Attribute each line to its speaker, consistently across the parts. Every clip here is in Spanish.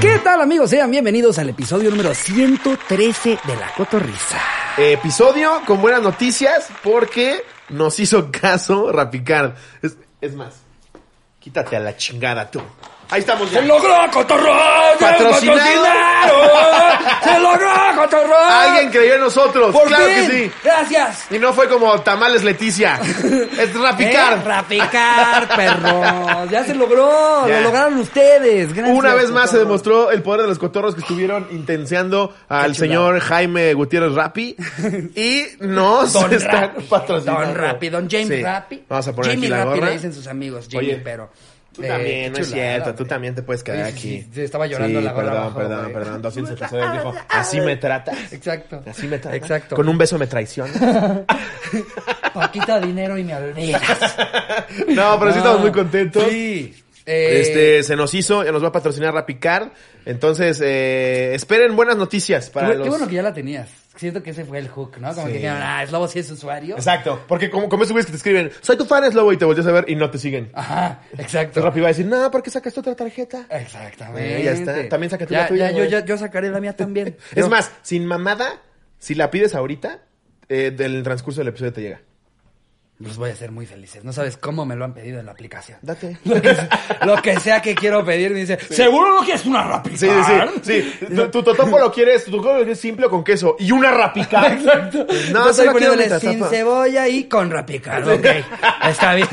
Speaker 1: ¿Qué tal amigos? Sean bienvenidos al episodio número 113 de La Cotorrisa.
Speaker 2: Episodio con buenas noticias porque nos hizo caso Rapicard. Es, es más, quítate a la chingada tú. Ahí estamos ya.
Speaker 1: logró Cotorro!
Speaker 2: Patrocinado.
Speaker 1: ¡Se logró Cotorro!
Speaker 2: Alguien creyó en nosotros.
Speaker 1: ¡Por
Speaker 2: claro
Speaker 1: fin!
Speaker 2: que
Speaker 1: ¡Gracias!
Speaker 2: sí. Y no fue como tamales Leticia. es
Speaker 1: Eh,
Speaker 2: Rapicard.
Speaker 1: rapicar, perros. Ya se logró.
Speaker 2: Ya.
Speaker 1: Lo lograron ustedes. Gracias,
Speaker 2: Una vez más se
Speaker 1: cotorros.
Speaker 2: demostró el poder de los cotorros que estuvieron intenseando al
Speaker 1: chulada.
Speaker 2: señor Jaime Gutiérrez Rappi y nos
Speaker 1: Don
Speaker 2: están
Speaker 1: Rappi,
Speaker 2: patrocinando.
Speaker 1: Don Rappi, Don James
Speaker 2: Sí.
Speaker 1: Rappi.
Speaker 2: Vamos a poner
Speaker 1: Jamie
Speaker 2: aquí la
Speaker 1: Rappi
Speaker 2: gorra.
Speaker 1: le dicen sus amigos, Jamie,
Speaker 2: Oye,
Speaker 1: pero...
Speaker 2: Tú
Speaker 1: eh, qué
Speaker 2: también, no es
Speaker 1: chulada,
Speaker 2: cierto. Tú
Speaker 1: hombre.
Speaker 2: también te puedes quedar
Speaker 1: Oye, sí,
Speaker 2: aquí.
Speaker 1: sí, sí, estaba llorando
Speaker 2: Sí,
Speaker 1: la gorra
Speaker 2: Perdón,
Speaker 1: abajo,
Speaker 2: perdón,
Speaker 1: güey.
Speaker 2: perdón. 200 pesos. Dijo, así me tratas.
Speaker 1: Exacto.
Speaker 2: Así me tratas.
Speaker 1: Exacto.
Speaker 2: Con un beso me traicionas.
Speaker 1: Paquita dinero y me olvidas.
Speaker 2: No, pero sí estamos muy contentos.
Speaker 1: Ah, Sí. Eh,
Speaker 2: Este, se nos hizo, nos va a patrocinar Rapicar. Entonces, eh, esperen buenas noticias
Speaker 1: qué,
Speaker 2: para
Speaker 1: bu-
Speaker 2: los...
Speaker 1: qué bueno que ya la tenías. Siento que ese fue el hook, ¿no? Como
Speaker 2: Sí.
Speaker 1: que dijeron, ah, Slobo sí es usuario.
Speaker 2: Exacto, porque como, como esos güeyes que te escriben, soy tu fan, Slobo, y te volteas a ver y no te siguen.
Speaker 1: Ajá,
Speaker 2: Entonces
Speaker 1: exacto.
Speaker 2: Rappi va a decir, Ah, no, ¿por qué sacaste otra tarjeta?
Speaker 1: Exactamente.
Speaker 2: Eh, ya está. También saca tú la
Speaker 1: Ya,
Speaker 2: tuya,
Speaker 1: ya, yo,
Speaker 2: güey.
Speaker 1: ya- yo sacaré la mía también.
Speaker 2: Es
Speaker 1: Yo-
Speaker 2: más, sin mamada, si la pides ahorita, eh, del transcurso del episodio te llega.
Speaker 1: Los voy a hacer muy felices. No sabes cómo me lo han pedido en la aplicación.
Speaker 2: Date.
Speaker 1: Lo que, se- lo que sea que quiero pedir, me dice, ¿seguro no quieres una rápida?
Speaker 2: Sí, sí, sí. Tu, tu totopo lo quieres, tu totopo lo quieres simple o con queso. Y una rapica.
Speaker 1: Exacto.
Speaker 2: No,
Speaker 1: No, estoy
Speaker 2: solo quiero
Speaker 1: poniéndole
Speaker 2: mientras
Speaker 1: sin
Speaker 2: tapa.
Speaker 1: cebolla y con rapicar. Ok, está bien.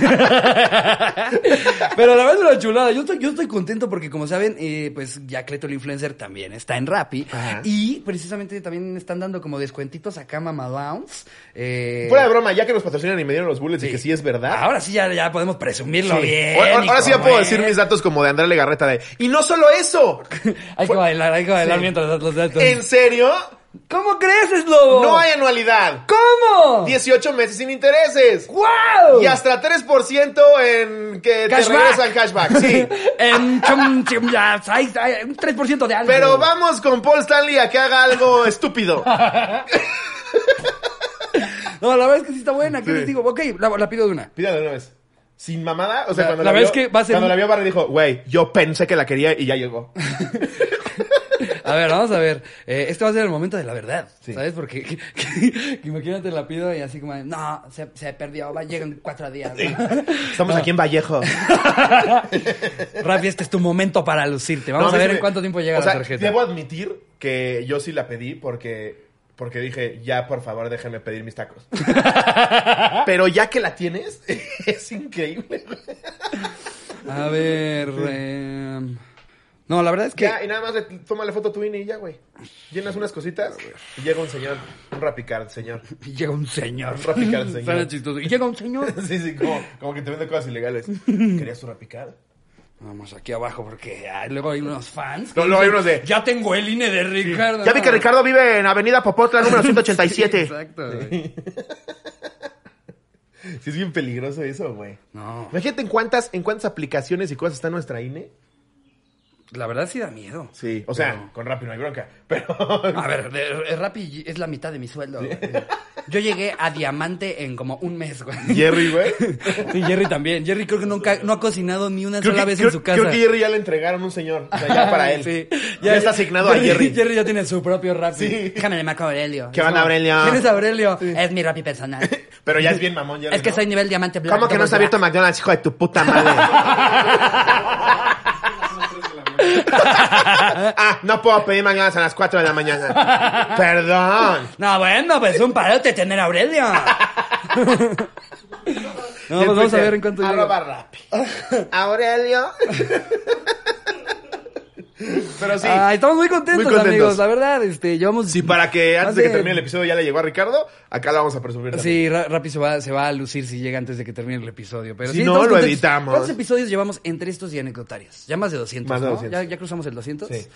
Speaker 1: Pero la verdad es una chulada. Yo estoy, yo estoy contento porque, como saben, eh, pues ya Cleto el Influencer también está en Rappi.
Speaker 2: Ajá.
Speaker 1: Y precisamente también están dando como descuentitos acá, mamadowns. Eh,
Speaker 2: Fuera de broma, ya que nos patrocinan y me dieron los bullets y que sí Ah, es verdad.
Speaker 1: Ahora sí ya, ya podemos presumirlo
Speaker 2: Sí.
Speaker 1: bien.
Speaker 2: Ahora,
Speaker 1: y
Speaker 2: ahora sí ya
Speaker 1: cómo
Speaker 2: puedo
Speaker 1: es.
Speaker 2: decir mis datos como de Andrea Legarreta de. Y no solo eso.
Speaker 1: Hay que bailar, hay que bailar
Speaker 2: Sí.
Speaker 1: mientras los datos.
Speaker 2: ¿En serio?
Speaker 1: ¿Cómo crees, Slobo?
Speaker 2: No hay anualidad.
Speaker 1: ¿Cómo?
Speaker 2: 18 meses sin intereses.
Speaker 1: ¡Wow!
Speaker 2: Y hasta 3% en que te
Speaker 1: Cashback.
Speaker 2: regresan cashback. Sí.
Speaker 1: en chum, chum, ya, hay- hay un 3% de algo.
Speaker 2: Pero vamos con Paul Stanley a que haga algo estúpido.
Speaker 1: No, la verdad es que sí está buena. ¿Qué
Speaker 2: Sí.
Speaker 1: les digo? Ok, la, la pido de una.
Speaker 2: Pídale una vez. Sin mamada, o sea,
Speaker 1: La-
Speaker 2: cuando
Speaker 1: la
Speaker 2: la,
Speaker 1: verdad
Speaker 2: vio,
Speaker 1: es que va a ser
Speaker 2: cuando
Speaker 1: un-
Speaker 2: la vio Barry dijo, güey, yo pensé que la quería y ya llegó.
Speaker 1: A ver, vamos a ver. Eh, este va a ser el momento de la verdad. ¿Sabes? Porque que- que- que imagínate la pido y así como, no, se, se perdió, va, llegan cuatro días.
Speaker 2: Estamos aquí en Vallejo.
Speaker 1: Rafi, este es tu momento para lucirte. Vamos a
Speaker 2: No, mí
Speaker 1: ver
Speaker 2: sí
Speaker 1: en
Speaker 2: me-
Speaker 1: cuánto tiempo llega
Speaker 2: o sea,
Speaker 1: la tarjeta.
Speaker 2: Debo admitir que yo sí la pedí porque, porque dije, ya por favor déjenme pedir mis tacos. Pero ya que la tienes, es increíble.
Speaker 1: A ver. eh, No, la verdad es que.
Speaker 2: Ya, y nada más le, tómale foto a tu INE y ya, güey. Llenas unas cositas y llega un señor, un rapicard, señor.
Speaker 1: Y Llega un señor.
Speaker 2: Un Rapicar, señor.
Speaker 1: Suena chistoso. Y llega un señor.
Speaker 2: Sí, sí, como, como que te vende cosas ilegales. ¿Querías tu rapicard?
Speaker 1: Vamos aquí abajo porque ah, luego hay unos fans.
Speaker 2: No, luego hay unos de,
Speaker 1: Ya tengo el INE de Ricardo.
Speaker 2: Ya vi que Ricardo vive en Avenida Popotla número
Speaker 1: Sí,
Speaker 2: 187. Sí,
Speaker 1: exacto. güey.
Speaker 2: es bien peligroso eso, güey.
Speaker 1: No.
Speaker 2: Imagínate en cuántas, en cuántas aplicaciones y cosas está nuestra INE.
Speaker 1: La verdad sí da miedo.
Speaker 2: Sí, o sea, con Rappi no hay bronca, pero...
Speaker 1: A ver, de- de Rappi es la mitad de mi sueldo. güey. Yo llegué a diamante en como un mes, güey.
Speaker 2: Jerry, güey.
Speaker 1: Y Jerry también. Jerry creo que nunca, no ha cocinado ni una
Speaker 2: Creo
Speaker 1: sola
Speaker 2: que,
Speaker 1: vez
Speaker 2: creo-
Speaker 1: en su casa.
Speaker 2: creo que Jerry ya le entregaron un señor, o sea, ya para él.
Speaker 1: Sí.
Speaker 2: Ya, está asignado a Jerry.
Speaker 1: Jerry ya tiene su propio rap.
Speaker 2: Sí.
Speaker 1: Déjame de Marco Aurelio.
Speaker 2: ¿Qué
Speaker 1: Es
Speaker 2: onda,
Speaker 1: como,
Speaker 2: Aurelio?
Speaker 1: ¿Quién es Aurelio? Es mi rapi personal.
Speaker 2: Pero ya es bien mamón, Jerry,
Speaker 1: es que
Speaker 2: ¿no?
Speaker 1: soy nivel diamante blanco. pues,
Speaker 2: ¿Cómo que no se ha abierto McDonald's, hijo de tu puta madre? ah, no puedo pedir McDonald's a las 4 de la mañana. Perdón.
Speaker 1: No, bueno, pues un parote tener a Aurelio. no,
Speaker 2: Y
Speaker 1: pues vamos a
Speaker 2: Twitter,
Speaker 1: ver en cuánto
Speaker 2: Arroba
Speaker 1: llega.
Speaker 2: Rappi. Aurelio. Pero sí.
Speaker 1: Ay, estamos muy contentos,
Speaker 2: Muy contentos.
Speaker 1: amigos. La verdad, este, llevamos...
Speaker 2: Ah, Sí, para que antes
Speaker 1: más
Speaker 2: de que termine el episodio ya le llegó a Ricardo, acá la vamos a presumir. también.
Speaker 1: Sí, Ra- Rappi se va, se va a lucir si llega antes de que termine el episodio. Pero
Speaker 2: Si
Speaker 1: sí,
Speaker 2: no,
Speaker 1: estamos
Speaker 2: lo
Speaker 1: contentos.
Speaker 2: editamos.
Speaker 1: ¿Cuántos episodios llevamos entre estos y anecdotarios? Ya más de 200,
Speaker 2: Más de
Speaker 1: ¿no?
Speaker 2: 200.
Speaker 1: ¿Ya, ya cruzamos el 200?
Speaker 2: Sí.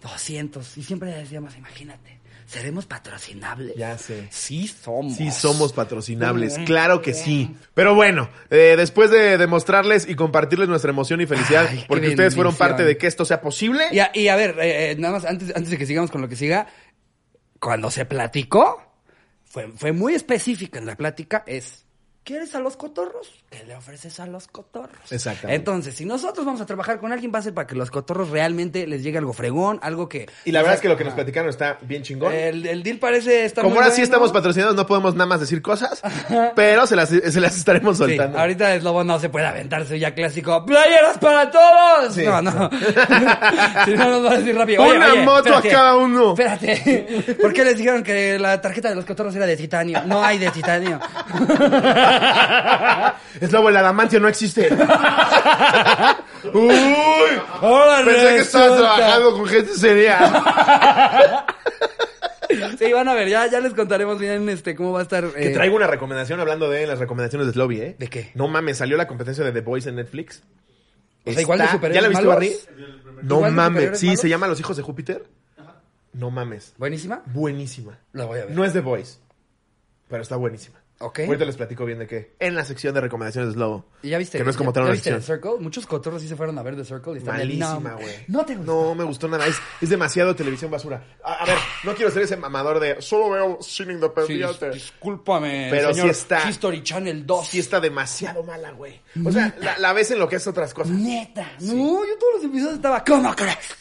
Speaker 1: 200. Y siempre decíamos, imagínate, ¿seremos patrocinables?
Speaker 2: Ya sé.
Speaker 1: Sí somos.
Speaker 2: Sí, somos patrocinables, claro que sí. Pero bueno, eh, después de demostrarles y compartirles nuestra emoción y felicidad,
Speaker 1: Ay, qué
Speaker 2: porque ustedes fueron
Speaker 1: bendición.
Speaker 2: parte de que esto sea posible.
Speaker 1: Y a, y a ver, eh, eh, nada más, antes, antes de que sigamos con lo que siga, cuando se platicó, fue, fue muy específica en la plática, es, ¿Quieres a los cotorros? ¿Qué le ofreces a los cotorros?
Speaker 2: Exactamente.
Speaker 1: Entonces, si nosotros vamos a trabajar con alguien, va a ser para que los cotorros realmente les llegue algo fregón, algo que...
Speaker 2: Y la verdad es que lo que
Speaker 1: Ajá.
Speaker 2: nos platicaron está bien chingón.
Speaker 1: El, el deal parece estar
Speaker 2: Como
Speaker 1: Eh, muy
Speaker 2: ahora sí
Speaker 1: bueno.
Speaker 2: estamos patrocinados, no podemos nada más decir cosas, pero se las, se las estaremos
Speaker 1: Sí,
Speaker 2: soltando.
Speaker 1: ahorita Slobo no se puede aventarse ya clásico. ¡Playeras para todos!
Speaker 2: Sí.
Speaker 1: no, no. si no, nos va a decir rápido. Oye,
Speaker 2: ¡Una
Speaker 1: oye,
Speaker 2: moto
Speaker 1: espérate,
Speaker 2: a cada uno!
Speaker 1: Espérate. ¿Por qué les dijeron que la tarjeta de los cotorros era de titanio? No hay de titanio.
Speaker 2: Es lobo, el adamantio no existe. ¡Uy!
Speaker 1: Ahora
Speaker 2: Pensé que estabas
Speaker 1: resulta.
Speaker 2: trabajando con gente seria.
Speaker 1: Sí, van a ver, ya, ya les contaremos bien este cómo va a estar.
Speaker 2: Que
Speaker 1: eh,
Speaker 2: traigo una recomendación hablando de las recomendaciones de Slobby, ¿eh?
Speaker 1: ¿De qué?
Speaker 2: No mames, salió la competencia de The Voice en Netflix.
Speaker 1: O sea, igual de
Speaker 2: Está-
Speaker 1: superhéroes
Speaker 2: ¿Ya la viste,
Speaker 1: malos.
Speaker 2: Barry? No
Speaker 1: ¿Igual de
Speaker 2: mames.
Speaker 1: superhéroes
Speaker 2: Sí,
Speaker 1: malos?
Speaker 2: se llama Los Hijos de Júpiter. No mames.
Speaker 1: ¿Buenísima?
Speaker 2: Buenísima.
Speaker 1: La voy a ver.
Speaker 2: No es The Voice, pero está buenísima.
Speaker 1: Ok.
Speaker 2: Ahorita les platico bien de qué. En la sección de recomendaciones de Slobo.
Speaker 1: ¿Y ya viste?
Speaker 2: Que no es como
Speaker 1: ¿Ya,
Speaker 2: tal
Speaker 1: ya
Speaker 2: una
Speaker 1: viste The
Speaker 2: sección.
Speaker 1: Circle? Muchos cotorros sí se fueron a ver The Circle y están de,
Speaker 2: Malísima,
Speaker 1: no,
Speaker 2: güey.
Speaker 1: No te gustó.
Speaker 2: No, me gustó nada. Es, es demasiado televisión basura. A, a ver, no quiero ser ese mamador de solo veo cine
Speaker 1: Sí, dis-
Speaker 2: independiente. Sí,
Speaker 1: discúlpame,
Speaker 2: Pero
Speaker 1: señor
Speaker 2: sí está-
Speaker 1: History Channel 2.
Speaker 2: está demasiado mala, güey. O sea, la, la ves en lo que es otras cosas.
Speaker 1: Neta. No, yo todos los episodios estaba, ¿cómo crees?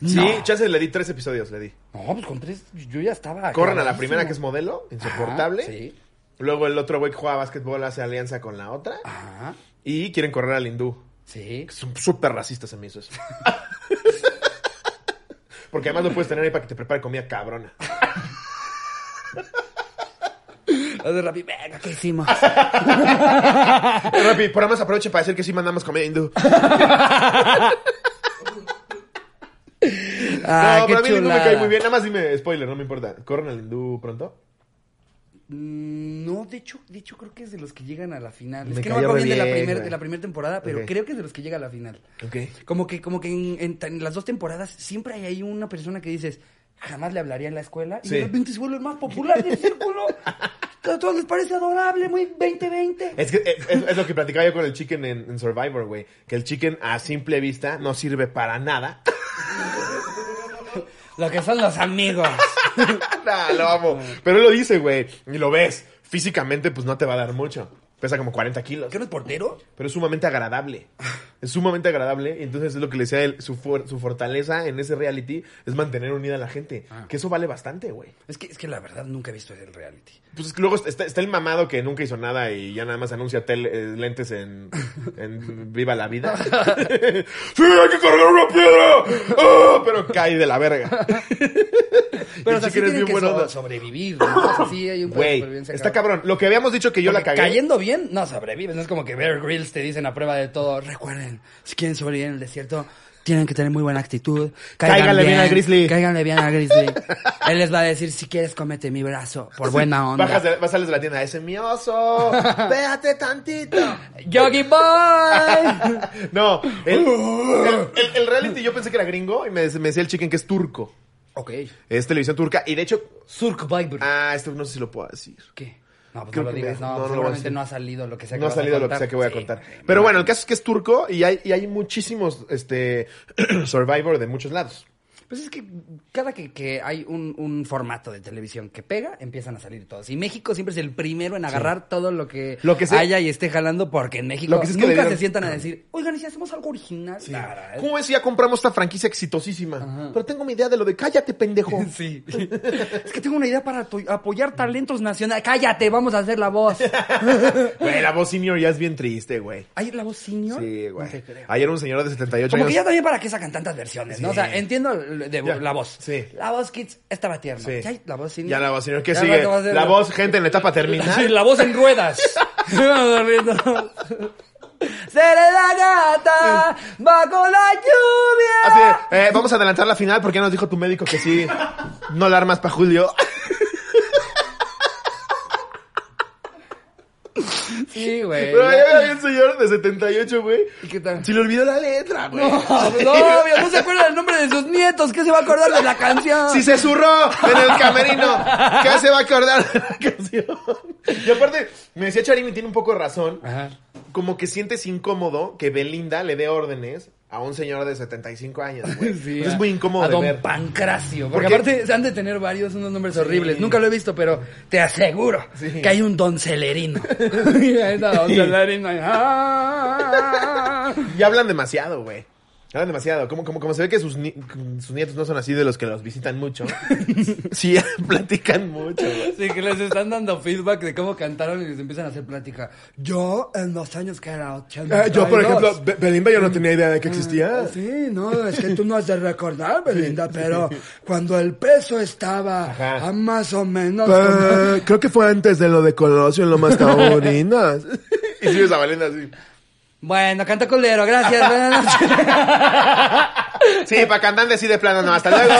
Speaker 2: Sí,
Speaker 1: No.
Speaker 2: chances le di tres episodios, le di.
Speaker 1: No, pues con tres, yo ya estaba.
Speaker 2: Corran a la
Speaker 1: acabadísimo.
Speaker 2: primera que es modelo, insoportable.
Speaker 1: Ah, Ajá, sí.
Speaker 2: Luego el otro güey que juega básquetbol hace alianza con la otra.
Speaker 1: Ajá.
Speaker 2: Y quieren correr al hindú.
Speaker 1: Sí.
Speaker 2: Es un- Súper racista se me hizo eso. Porque además lo puedes tener ahí para que te prepare comida cabrona.
Speaker 1: Los de Rappi, venga, ¿qué hicimos?
Speaker 2: Eh, Rappi, por además aproveche para decir que sí mandamos comida hindú.
Speaker 1: Ah,
Speaker 2: no,
Speaker 1: qué
Speaker 2: pero a mí no me
Speaker 1: chulada.
Speaker 2: cae muy bien. Nada más dime spoiler, no me importa. ¿Corren al hindú pronto?
Speaker 1: Mm, No, de hecho, de hecho creo que es de los que llegan a la final.
Speaker 2: Me
Speaker 1: es que no me
Speaker 2: cayó
Speaker 1: acuerdo
Speaker 2: re
Speaker 1: bien, de la
Speaker 2: bien,
Speaker 1: primera
Speaker 2: güey.
Speaker 1: de la primera temporada, pero
Speaker 2: Ok.
Speaker 1: creo que es de los que llega a la final.
Speaker 2: Ok.
Speaker 1: Como que, como que en, en- en las dos temporadas siempre hay ahí una persona que dices, jamás le hablaría en la escuela, y
Speaker 2: Sí.
Speaker 1: de repente se vuelve el más popular del círculo. A todos les parece adorable, muy 2020.
Speaker 2: Es, que, eh, es, es lo que platicaba yo con el chicken en, en Survivor, güey. Que el chicken a simple vista no sirve para nada.
Speaker 1: Lo que son los amigos.
Speaker 2: Nah, lo amo. Pero él lo dice, güey. Y lo ves. Físicamente, pues no te va a dar mucho. Pesa como 40 kilos.
Speaker 1: ¿Qué no es portero?
Speaker 2: Pero es sumamente agradable. Es sumamente agradable. Y entonces es lo que le decía él. Su, fuer- su fortaleza en ese reality es mantener unida a la gente. Que eso vale bastante, güey.
Speaker 1: Es que, es que la verdad nunca he visto el reality.
Speaker 2: Pues es que luego está, está el mamado que nunca hizo nada y ya nada más anuncia tele- eh, lentes en, en Viva la Vida. ¡Sí, hay que cargar una piedra! ¡Ah! Pero cae de la verga.
Speaker 1: Pero
Speaker 2: El
Speaker 1: o sea, sí pues,
Speaker 2: chicken es
Speaker 1: tienen
Speaker 2: bien
Speaker 1: que
Speaker 2: buena
Speaker 1: so-
Speaker 2: onda.
Speaker 1: sobrevivir, ¿no? O sea, sí hay un plan de
Speaker 2: Güey,
Speaker 1: supervivencia
Speaker 2: está
Speaker 1: cabrón.
Speaker 2: cabrón. Lo que habíamos dicho que yo la
Speaker 1: Porque
Speaker 2: cagué.
Speaker 1: Cayendo bien, no sobrevives. No es como que Bear Grylls te dicen a prueba de todo. Recuerden, si quieren sobrevivir en el desierto, tienen que tener muy buena actitud. Caigan
Speaker 2: Cáiganle bien al grizzly.
Speaker 1: Cáiganle bien al grizzly. Él les va a decir, si quieres, cómete mi brazo. Por buena onda.
Speaker 2: Bajas de, vas- sales de la tienda. ¡Ese es mi oso! ¡Espérate tantito!
Speaker 1: ¡Yogi Boy!
Speaker 2: No, el, el- el- el reality yo pensé que era gringo y me, des- me decía el chicken que es turco.
Speaker 1: ok.
Speaker 2: Es televisión turca. Y de hecho,
Speaker 1: Surk Viper.
Speaker 2: ah, esto no sé si lo puedo decir.
Speaker 1: ¿Qué? No, pues
Speaker 2: Creo
Speaker 1: no lo
Speaker 2: que
Speaker 1: digas.
Speaker 2: me-
Speaker 1: No,
Speaker 2: no, no lo voy a
Speaker 1: seguramente
Speaker 2: decir.
Speaker 1: no ha salido lo que sea que
Speaker 2: No ha
Speaker 1: vas a
Speaker 2: salido lo que
Speaker 1: contar.
Speaker 2: sea que voy a
Speaker 1: Sí.
Speaker 2: contar. Pero bueno, el caso es que es turco y hay, y hay muchísimos este, Survivor de muchos lados.
Speaker 1: Pues es que cada que, que hay un, un formato de televisión que pega, empiezan a salir todos. Y México siempre es el primero en agarrar todo lo que,
Speaker 2: Lo que sé-
Speaker 1: haya y esté jalando, porque en México
Speaker 2: Lo que sé es que
Speaker 1: nunca
Speaker 2: debieron-
Speaker 1: se sientan a decir, oigan, ¿y si hacemos algo original? Nada, ¿eh?
Speaker 2: ¿Cómo es? Ya compramos esta franquicia exitosísima. Pero tengo mi idea de lo de cállate, pendejo.
Speaker 1: Sí. es que tengo una idea para apoy- apoyar talentos nacionales. Cállate, vamos a hacer la voz.
Speaker 2: Güey, la voz senior ya es bien triste, güey.
Speaker 1: ¿Hay la voz senior?
Speaker 2: Sí, güey.
Speaker 1: No te creo.
Speaker 2: Ayer un señor de 78
Speaker 1: Como que ya
Speaker 2: años.
Speaker 1: también para qué sacan tantas versiones, ¿no? O sea, entiendo el- de-
Speaker 2: Ya.
Speaker 1: la voz.
Speaker 2: Sí.
Speaker 1: La voz Kids estaba tierna.
Speaker 2: Sí.
Speaker 1: Ya hay la voz senior.
Speaker 2: Ya la voz senior. ¿Qué
Speaker 1: Ya
Speaker 2: sigue?
Speaker 1: va a ser
Speaker 2: La voz, gente, en la etapa
Speaker 1: Sí,
Speaker 2: terminal.
Speaker 1: la voz en ruedas. Seré la gata bajo la
Speaker 2: Así
Speaker 1: lluvia.
Speaker 2: de, eh, vamos a adelantar la final porque ya nos dijo tu médico que sí. No la armas para Julio.
Speaker 1: Sí, güey.
Speaker 2: Pero ayer había un señor de 78, güey.
Speaker 1: ¿Y qué tal?
Speaker 2: Se le olvidó la letra, güey.
Speaker 1: No, no, mira, no se acuerda el nombre de sus nietos. ¿Qué se va a acordar de la canción?
Speaker 2: Si se zurró en el camerino, ¿qué se va a acordar de la canción? Y aparte, me decía Charini, tiene un poco de razón.
Speaker 1: Ajá.
Speaker 2: Como- como que sientes incómodo que Belinda le dé órdenes a un señor de 75 años, güey.
Speaker 1: Pues Sí,
Speaker 2: Entonces
Speaker 1: a-
Speaker 2: es muy incómodo
Speaker 1: a
Speaker 2: de
Speaker 1: don
Speaker 2: ver.
Speaker 1: Pancracio. Porque,
Speaker 2: Porque-
Speaker 1: aparte se han de tener varios, unos nombres horribles.
Speaker 2: Sí.
Speaker 1: Nunca lo he visto, pero te aseguro
Speaker 2: Sí.
Speaker 1: que hay un don celerino. Ahí está don celerino. Ah.
Speaker 2: Y hablan demasiado, güey. Hablan demasiado. Como, como, como se ve que sus, ni- sus nietos no son así de los que los visitan mucho. sí, platican mucho, güey.
Speaker 1: Sí, que les están dando feedback de cómo cantaron y les empiezan a hacer plática. Yo, en los años que era 80.
Speaker 2: Eh, yo, por ejemplo, Belinda yo no tenía idea de que existía.
Speaker 1: Mm, eh, Sí, no, es que tú no has de recordar, Belinda, pero cuando el peso estaba
Speaker 2: Ajá.
Speaker 1: a más o menos...
Speaker 3: Eh, creo que fue antes de lo de Colosio en Lomas Taurinas.
Speaker 2: Y sigues a Belinda así.
Speaker 1: Bueno, canta colero, gracias, buenas noches.
Speaker 2: Sí, para cantante así de plano, no, hasta luego.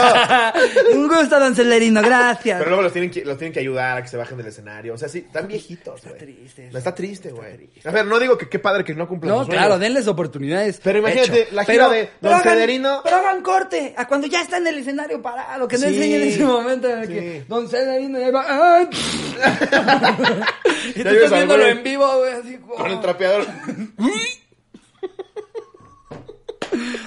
Speaker 1: Un gusto, don Celerino, gracias.
Speaker 2: Pero luego los tienen, que, los tienen que ayudar a que se bajen del escenario. O sea, sí, están viejitos, güey.
Speaker 1: triste eso.
Speaker 2: Está triste, güey. A ver, no digo que qué padre que no cumplan
Speaker 1: No,
Speaker 2: sus sueños.
Speaker 1: claro, denles oportunidades.
Speaker 2: Pero imagínate, la gira de Don
Speaker 1: pero hagan-
Speaker 2: Cederino-
Speaker 1: Pero hagan corte, a cuando ya está en el escenario parado, que no
Speaker 2: Sí,
Speaker 1: enseñen ese momento en el
Speaker 2: sí.
Speaker 1: que Don Cederino ya va. ¡Ah! y tú
Speaker 2: Ya llegas
Speaker 1: estás
Speaker 2: al
Speaker 1: viéndolo
Speaker 2: güey.
Speaker 1: en vivo, güey, así,
Speaker 2: Con el
Speaker 1: wow.
Speaker 2: trapeador.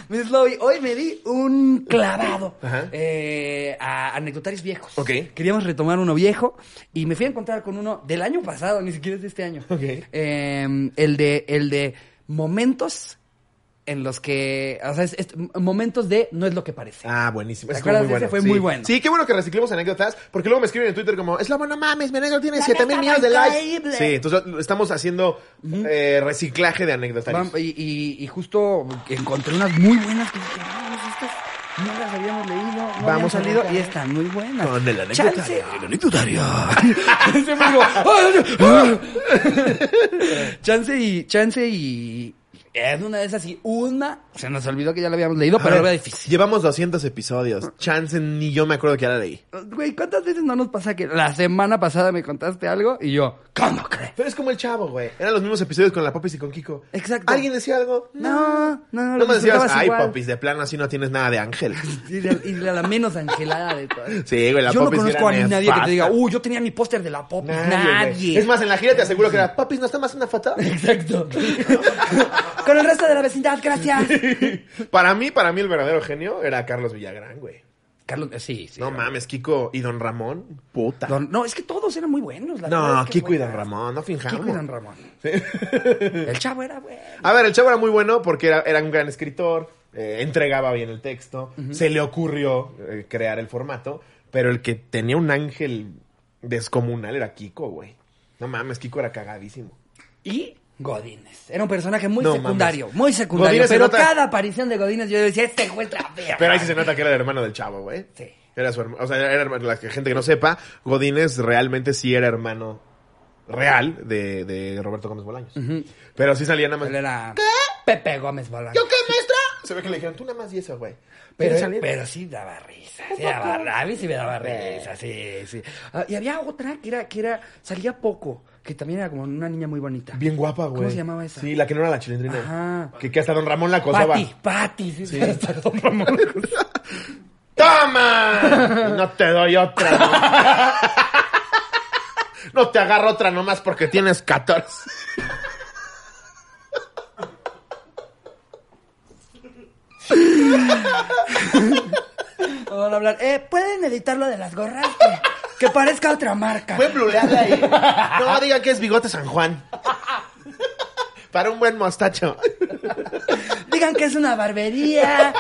Speaker 1: Miss Lobby, hoy me di un clavado
Speaker 2: Ajá.
Speaker 1: eh, a anecdotarios viejos.
Speaker 2: Ok.
Speaker 1: Queríamos retomar uno viejo y me fui a encontrar con uno del año pasado, ni siquiera es de este año.
Speaker 2: Ok.
Speaker 1: Eh, el, de, el de momentos en los que, o sea, es- es- momentos de no es lo que parece.
Speaker 2: Ah,
Speaker 1: ¿Te
Speaker 2: buenísimo. Ese estuvo
Speaker 1: acuerdas de Pues ese? Fue
Speaker 2: sí.
Speaker 1: muy bueno.
Speaker 2: Sí, qué bueno que reciclemos anécdotas, porque luego me escriben en Twitter como, es la buena mames, mi anécdota tiene 7 mil millones de likes.
Speaker 1: increíble.
Speaker 2: Sí, entonces estamos haciendo eh, reciclaje de anécdotas.
Speaker 1: Vam- y, y- y justo encontré unas muy buenas que dije, "Ah, pues estas no las habíamos leído, no habían
Speaker 2: Vamos a
Speaker 1: salido
Speaker 2: ver.
Speaker 1: y están muy buenas.
Speaker 2: Con el
Speaker 1: Chance-
Speaker 2: anecdotario, el
Speaker 1: Siempre digo, "Ay, ay, ay". chance y, chance y... Es una de esas y una... Se nos olvidó que ya la habíamos leído,
Speaker 2: A
Speaker 1: pero
Speaker 2: ver,
Speaker 1: era difícil.
Speaker 2: Llevamos 200 episodios. Chance ni yo me acuerdo que ya la leí.
Speaker 1: Güey, ¿cuántas veces no nos pasa que la semana pasada me contaste algo y yo, ¿cómo crees?
Speaker 2: Pero es como el chavo, güey. Eran los mismos episodios con la Popis y con Kiko.
Speaker 1: Exacto.
Speaker 2: ¿Alguien decía algo?
Speaker 1: No, no, no,
Speaker 2: No
Speaker 1: lo
Speaker 2: me decías,
Speaker 1: disfrutabas
Speaker 2: ay,
Speaker 1: igual".
Speaker 2: Popis, de plano así no tienes nada de ángel.
Speaker 1: Y la, y la- la menos angelada de todas.
Speaker 2: Sí, güey, la
Speaker 1: yo no
Speaker 2: Popis era
Speaker 1: conozco a nadie que
Speaker 2: nefasta.
Speaker 1: te diga, uh, yo tenía mi póster de la Popis. Nadie.
Speaker 2: güey. Es más, en la gira te aseguro que era, Popis, ¿no está más una foto?
Speaker 1: Exacto. Con el resto de la vecindad, gracias.
Speaker 2: para mí, para mí el verdadero genio era Carlos Villagrán, güey.
Speaker 1: Carlos, eh, sí, sí.
Speaker 2: No mames, Kiko y Don Ramón. Puta.
Speaker 1: Don- no, es que todos eran muy buenos. La verdad
Speaker 2: no,
Speaker 1: es que
Speaker 2: Kiko y Don
Speaker 1: buenas.
Speaker 2: Ramón, no finjamos.
Speaker 1: Kiko y Don Ramón. El chavo era bueno.
Speaker 2: A ver, el chavo era muy bueno porque era, era un gran escritor, eh, entregaba bien el texto, se le ocurrió eh, crear el formato, pero el que tenía un ángel descomunal era Kiko, güey. No mames, Kiko era cagadísimo.
Speaker 1: Y Godínez. Era un personaje muy
Speaker 2: No
Speaker 1: secundario,
Speaker 2: mames.
Speaker 1: muy secundario.
Speaker 2: Godínez se
Speaker 1: pero
Speaker 2: nota-
Speaker 1: cada aparición de Godínez yo decía, este güey trapea.
Speaker 2: Pero ahí sí se nota que era el hermano del chavo, güey.
Speaker 1: Sí.
Speaker 2: Era su hermano. O sea, era hermano. La gente que no sepa, Godínez realmente sí era hermano real de, de Roberto Gómez Bolaños. Pero sí salía nada más.
Speaker 1: Él era Pepe Gómez Bolaños.
Speaker 2: ¿Yo qué, maestra? Se ve que le dijeron, tú nada más y eso, güey. ¿Quieres
Speaker 1: Pero,
Speaker 2: salir?
Speaker 1: pero sí daba risa, sí daba, a mí sí me daba risa, sí, sí. Ah, y había otra que era, que era, salía poco, que también era como una niña muy bonita.
Speaker 2: Bien guapa, güey.
Speaker 1: ¿Cómo se llamaba esa?
Speaker 2: Sí, la que no era la chilindrina.
Speaker 1: Ajá.
Speaker 2: Que, que hasta Don Ramón la acosaba.
Speaker 1: Pati, Pati, sí, sí. hasta Don Ramón.
Speaker 2: ¡Toma! Y No te doy otra. No, No te agarro otra nomás porque tienes 14.
Speaker 1: Nos van a hablar, eh, ¿pueden editar lo de las gorras? Que, que parezca otra marca.
Speaker 2: Pueden blurearle ahí. No digan que es bigote San Juan. Para un buen mostacho.
Speaker 1: Digan que es una barbería.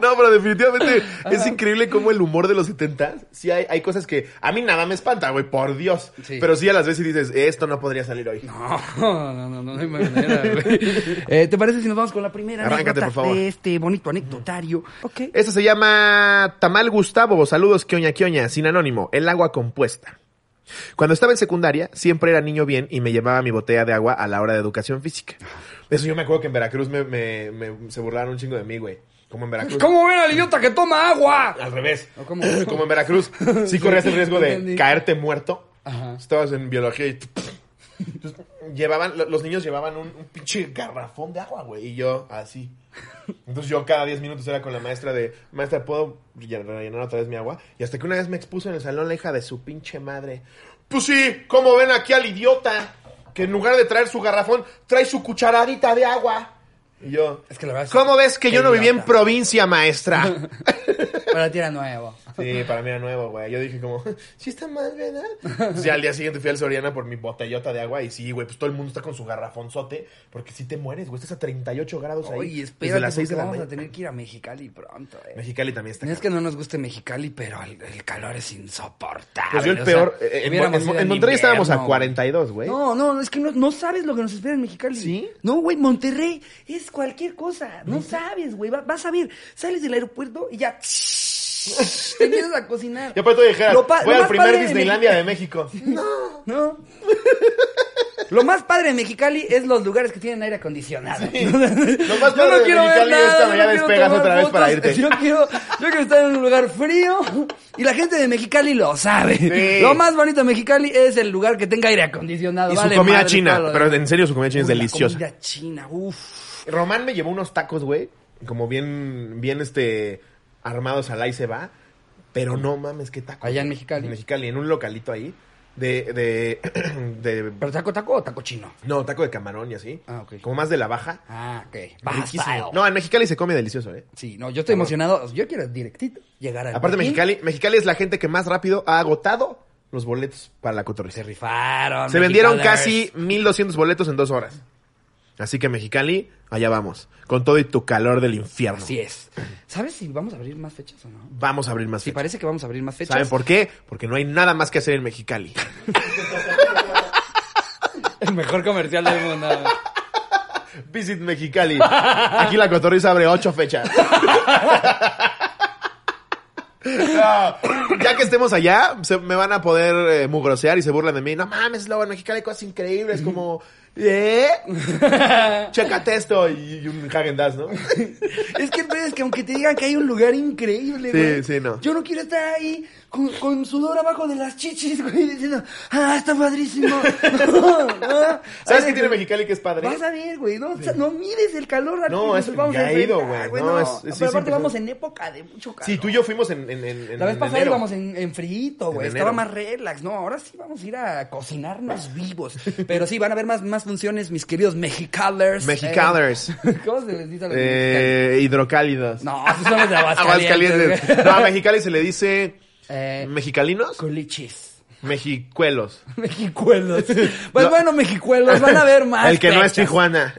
Speaker 2: No, pero definitivamente es increíble cómo el humor de los 70 Sí, hay, hay cosas que a mí nada me espanta, güey, por Dios.
Speaker 1: Sí.
Speaker 2: Pero sí a las veces dices, esto no podría salir hoy.
Speaker 1: No, no, no, no hay manera, güey. Eh, ¿Te parece si nos vamos con la primera
Speaker 2: Arráncate,
Speaker 1: anécdota
Speaker 2: por favor.
Speaker 1: de este bonito anecdotario? Ok.
Speaker 2: Esto Este se llama Tamal Gustavo. Saludos, Kioña Kioña, sin anónimo. El agua compuesta. Cuando estaba en secundaria, siempre era niño bien y me llevaba mi botella de agua a la hora de educación física. Eso yo me acuerdo que en Veracruz me, me- me- se burlaron un chingo de mí, güey. Como en Veracruz.
Speaker 1: ¿Cómo ven al idiota que toma agua?
Speaker 2: Al revés.
Speaker 1: ¿O cómo?
Speaker 2: Como en Veracruz. Sí corrías el riesgo de
Speaker 1: Entendí.
Speaker 2: caerte muerto.
Speaker 1: Ajá.
Speaker 2: Estabas en biología y... Entonces, llevaban, lo- los niños llevaban un, un pinche garrafón de agua, güey. Y yo así. Entonces yo cada 10 minutos era con la maestra de... Maestra, ¿puedo rell- rellenar otra vez mi agua? Y hasta que una vez me expuso en el salón la hija de su pinche madre. Pues sí, ¿cómo ven aquí al idiota? que en lugar de traer su garrafón, trae su cucharadita de agua. Y yo,
Speaker 1: Es que la verdad es-
Speaker 2: ¿cómo ves que
Speaker 1: qué
Speaker 2: yo no vivía en
Speaker 1: idiota.
Speaker 2: provincia, maestra?
Speaker 1: Para ti era nuevo.
Speaker 2: Sí, para mí era nuevo, güey. Yo dije como, sí está mal, ¿verdad? Entonces, ya al día siguiente fui al Soriana por mi botellota de agua y sí, güey, pues todo el mundo está con su garrafonzote porque si te mueres, güey, estás a 38 grados Pues ahí.
Speaker 1: Oye,
Speaker 2: desde
Speaker 1: espérate,
Speaker 2: las 6 de
Speaker 1: porque
Speaker 2: la
Speaker 1: vamos
Speaker 2: mañana.
Speaker 1: a tener que ir a Mexicali pronto, eh.
Speaker 2: Mexicali también está.
Speaker 1: No es que no nos guste Mexicali, pero el, el calor es insoportable.
Speaker 2: Pues yo el
Speaker 1: o sea,
Speaker 2: peor, eh, en,
Speaker 1: hubiéramos
Speaker 2: en-
Speaker 1: ido
Speaker 2: en Monterrey estábamos a
Speaker 1: invierno,
Speaker 2: 42, güey.
Speaker 1: No, no, es que no, no sabes lo que nos espera en Mexicali.
Speaker 2: ¿Sí?
Speaker 1: No, güey, Monterrey es cualquier cosa. No sabes, güey. Va- vas a ver, sales del aeropuerto y ya. te empiezas a cocinar.
Speaker 2: Ya puedo dejar,
Speaker 1: Lo pa- lo
Speaker 2: voy al
Speaker 1: más
Speaker 2: primer
Speaker 1: padre de
Speaker 2: Disneylandia de México.
Speaker 1: No. Lo más padre de Mexicali es los lugares que tienen aire acondicionado. Lo
Speaker 2: más padre de Mexicali es que mañana despegas
Speaker 1: tomar
Speaker 2: otra vez para irte.
Speaker 1: Yo quiero, yo quiero estar en un lugar frío y la gente de Mexicali lo sabe.
Speaker 2: Sí.
Speaker 1: Lo más bonito de Mexicali es el lugar que tenga aire acondicionado.
Speaker 2: Y su
Speaker 1: Vale
Speaker 2: comida
Speaker 1: madre
Speaker 2: china,
Speaker 1: todo lo
Speaker 2: pero
Speaker 1: demás.
Speaker 2: en serio su comida china es
Speaker 1: Uy, la
Speaker 2: deliciosa.
Speaker 1: Comida china, uff.
Speaker 2: Román me llevó unos tacos, güey, como bien, bien este, armados al ahí se va, pero no mames, qué tacos.
Speaker 1: Allá en
Speaker 2: güey.
Speaker 1: Mexicali.
Speaker 2: En Mexicali, en un localito ahí, de, de, de-
Speaker 1: ¿Pero taco taco o taco chino?
Speaker 2: no, taco de camarón y así,
Speaker 1: Ah, ok.
Speaker 2: como más de la baja,
Speaker 1: Ah, ok.
Speaker 2: riquísimo.
Speaker 1: No.
Speaker 2: No, en Mexicali se come delicioso, eh.
Speaker 1: Sí, no, yo estoy emocionado. Yo quiero directito llegar al
Speaker 2: Aparte
Speaker 1: Berlín.
Speaker 2: Mexicali, Mexicali es la gente que más rápido ha agotado los boletos para la cotorriza.
Speaker 1: Se rifaron.
Speaker 2: Se vendieron
Speaker 1: Mexicalers.
Speaker 2: casi 1200 boletos en dos horas. Así que Mexicali, allá vamos. Con todo y tu calor del infierno.
Speaker 1: Así es. ¿Sabes si vamos a abrir más fechas o no?
Speaker 2: Vamos a abrir más
Speaker 1: Si
Speaker 2: fechas.
Speaker 1: parece que vamos a abrir más fechas.
Speaker 2: ¿Saben por qué? Porque no hay nada más que hacer en Mexicali.
Speaker 1: El mejor comercial del mundo.
Speaker 2: Visit Mexicali. Aquí la cotorriza abre ocho fechas. No, ya que estemos allá, se- me van a poder eh, mugrosear y se burlan de mí. No mames, lobo, en Mexicali hay cosas increíbles como... ¿Eh? Chécate esto y, y un Hagen ¿no?
Speaker 1: es que el pedo es que aunque te digan que hay un lugar increíble,
Speaker 2: Sí,
Speaker 1: güey.
Speaker 2: sí, no.
Speaker 1: Yo no quiero estar ahí con, con sudor abajo de las chichis, güey, diciendo, ah, está padrísimo. No, no. Ay,
Speaker 2: ¿Sabes qué tiene
Speaker 1: güey,
Speaker 2: Mexicali que es padre?
Speaker 1: Vas a ver, güey, no, o sea, no mires el calor al
Speaker 2: No,
Speaker 1: que
Speaker 2: es-
Speaker 1: nos vamos a
Speaker 2: ya he ido,
Speaker 1: enfrentar,
Speaker 2: güey, no, es- es- es
Speaker 1: Pero aparte
Speaker 2: impresionante.
Speaker 1: vamos en época de mucho calor.
Speaker 2: Sí, tú y yo fuimos en, en, en- en
Speaker 1: La vez pasada
Speaker 2: enero.
Speaker 1: íbamos en, en frito, güey.
Speaker 2: En
Speaker 1: Estaba
Speaker 2: enero.
Speaker 1: más relax, ¿no? Ahora sí vamos a ir a cocinarnos vivos. Pero sí, van a haber más, más funciones, mis queridos mexicalers.
Speaker 2: Mexicalers.
Speaker 1: Eh, ¿Cómo se les dice a los mexicanos?
Speaker 2: Eh, hidrocálidos.
Speaker 1: No, esos son los de Aguascalientes.
Speaker 2: Aguascalientes.
Speaker 1: güey.
Speaker 2: No, a Mexicali se le dice...
Speaker 1: Eh,
Speaker 2: ¿Mexicalinos?
Speaker 1: culichis.
Speaker 2: Mexicuelos.
Speaker 1: Mexicuelos. Pues
Speaker 2: No.
Speaker 1: bueno, mexicuelos, van a haber más.
Speaker 2: El que no es
Speaker 1: fechas.
Speaker 2: Tijuana.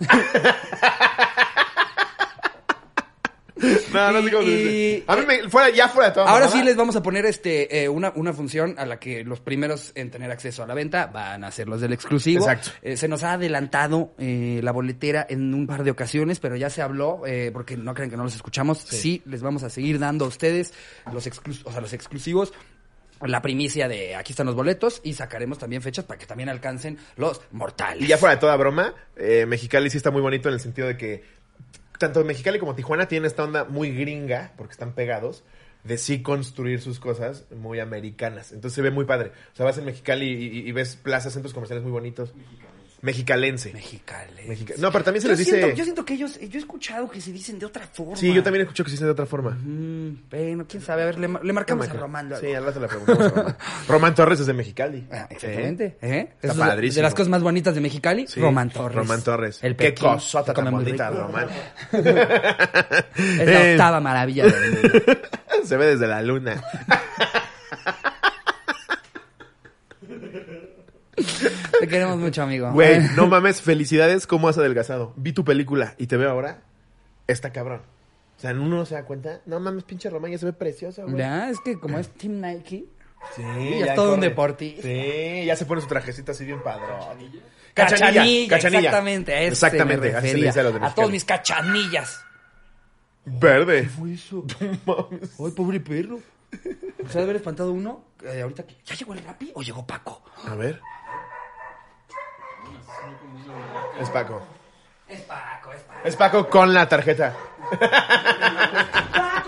Speaker 2: no, no sé cómo se
Speaker 1: Y-
Speaker 2: dice.
Speaker 1: y-
Speaker 2: A mí me, fuera, ya fuera de todo.
Speaker 1: Ahora sí les vamos a poner este eh, una, una función a la que los primeros en tener acceso a la venta van a ser los del exclusivo.
Speaker 2: Exacto.
Speaker 1: Eh, se nos ha adelantado eh, la boletera en un par de ocasiones, pero ya se habló, eh, porque no creen que no los escuchamos. Sí. les vamos a seguir dando a ustedes los, exclus o sea, los exclusivos. La primicia de aquí están los boletos y sacaremos también fechas para que también alcancen los mortales.
Speaker 2: Y ya fuera de toda broma, eh, Mexicali sí está muy bonito en el sentido de que tanto Mexicali como Tijuana tienen esta onda muy gringa, porque están pegados, de sí construir sus cosas muy americanas. Entonces se ve muy padre. O sea, vas en Mexicali y, y- y ves plazas, centros comerciales muy bonitos. Mexicalense.
Speaker 1: Mexicales.
Speaker 2: Mexica- No, pero también se
Speaker 1: Yo
Speaker 2: les
Speaker 1: siento-
Speaker 2: dice...
Speaker 1: yo siento que ellos, yo he escuchado que se dicen de otra forma.
Speaker 2: Sí, yo también escucho que se dice de otra forma.
Speaker 1: Mm, bueno, quién sabe. A ver, le, ma- le marcamos a Román. luego.
Speaker 2: Sí, al rato le preguntamos a Román. Román Torres es de Mexicali.
Speaker 1: Ah, exactamente. ¿eh?
Speaker 2: Está
Speaker 1: Eso es
Speaker 2: padrísimo.
Speaker 1: De las cosas más bonitas de Mexicali,
Speaker 2: Sí.
Speaker 1: Román Torres.
Speaker 2: Román Torres.
Speaker 1: El
Speaker 2: Qué
Speaker 1: Pekín,
Speaker 2: cosota
Speaker 1: que come
Speaker 2: tan
Speaker 1: muy
Speaker 2: bonita,
Speaker 1: rico.
Speaker 2: Román.
Speaker 1: Es la
Speaker 2: Eh.
Speaker 1: octava maravilla del mundo.
Speaker 2: Se ve desde la luna.
Speaker 1: Te queremos mucho, amigo.
Speaker 2: Güey, no mames, felicidades, cómo has adelgazado. Vi tu película y te veo ahora. Está cabrón. O sea, uno no se da cuenta. No mames, pinche Román ya se ve preciosa, güey.
Speaker 1: Ya, es que como es Team Nike.
Speaker 2: Sí,
Speaker 1: ya es todo un
Speaker 2: corre.
Speaker 1: deportista.
Speaker 2: Sí, ya se pone su trajecito así bien padrón.
Speaker 1: Cachanilla,
Speaker 2: Cachanilla.
Speaker 1: exactamente, a eso
Speaker 2: Exactamente,
Speaker 1: se me
Speaker 2: así se le
Speaker 1: refería.
Speaker 2: dice a los de
Speaker 1: a,
Speaker 2: Mexicali.
Speaker 1: todos mis cachanillas.
Speaker 2: Verde.
Speaker 1: Fue eso.
Speaker 2: No mames.
Speaker 1: Ay, pobre perro. O sea, de haber espantado uno, eh, ahorita que- ¿ya llegó el Rappi o llegó Paco?
Speaker 2: A ver. Es Paco.
Speaker 1: Es Paco, es Paco.
Speaker 2: Es Paco con la tarjeta.
Speaker 1: ¡Paco,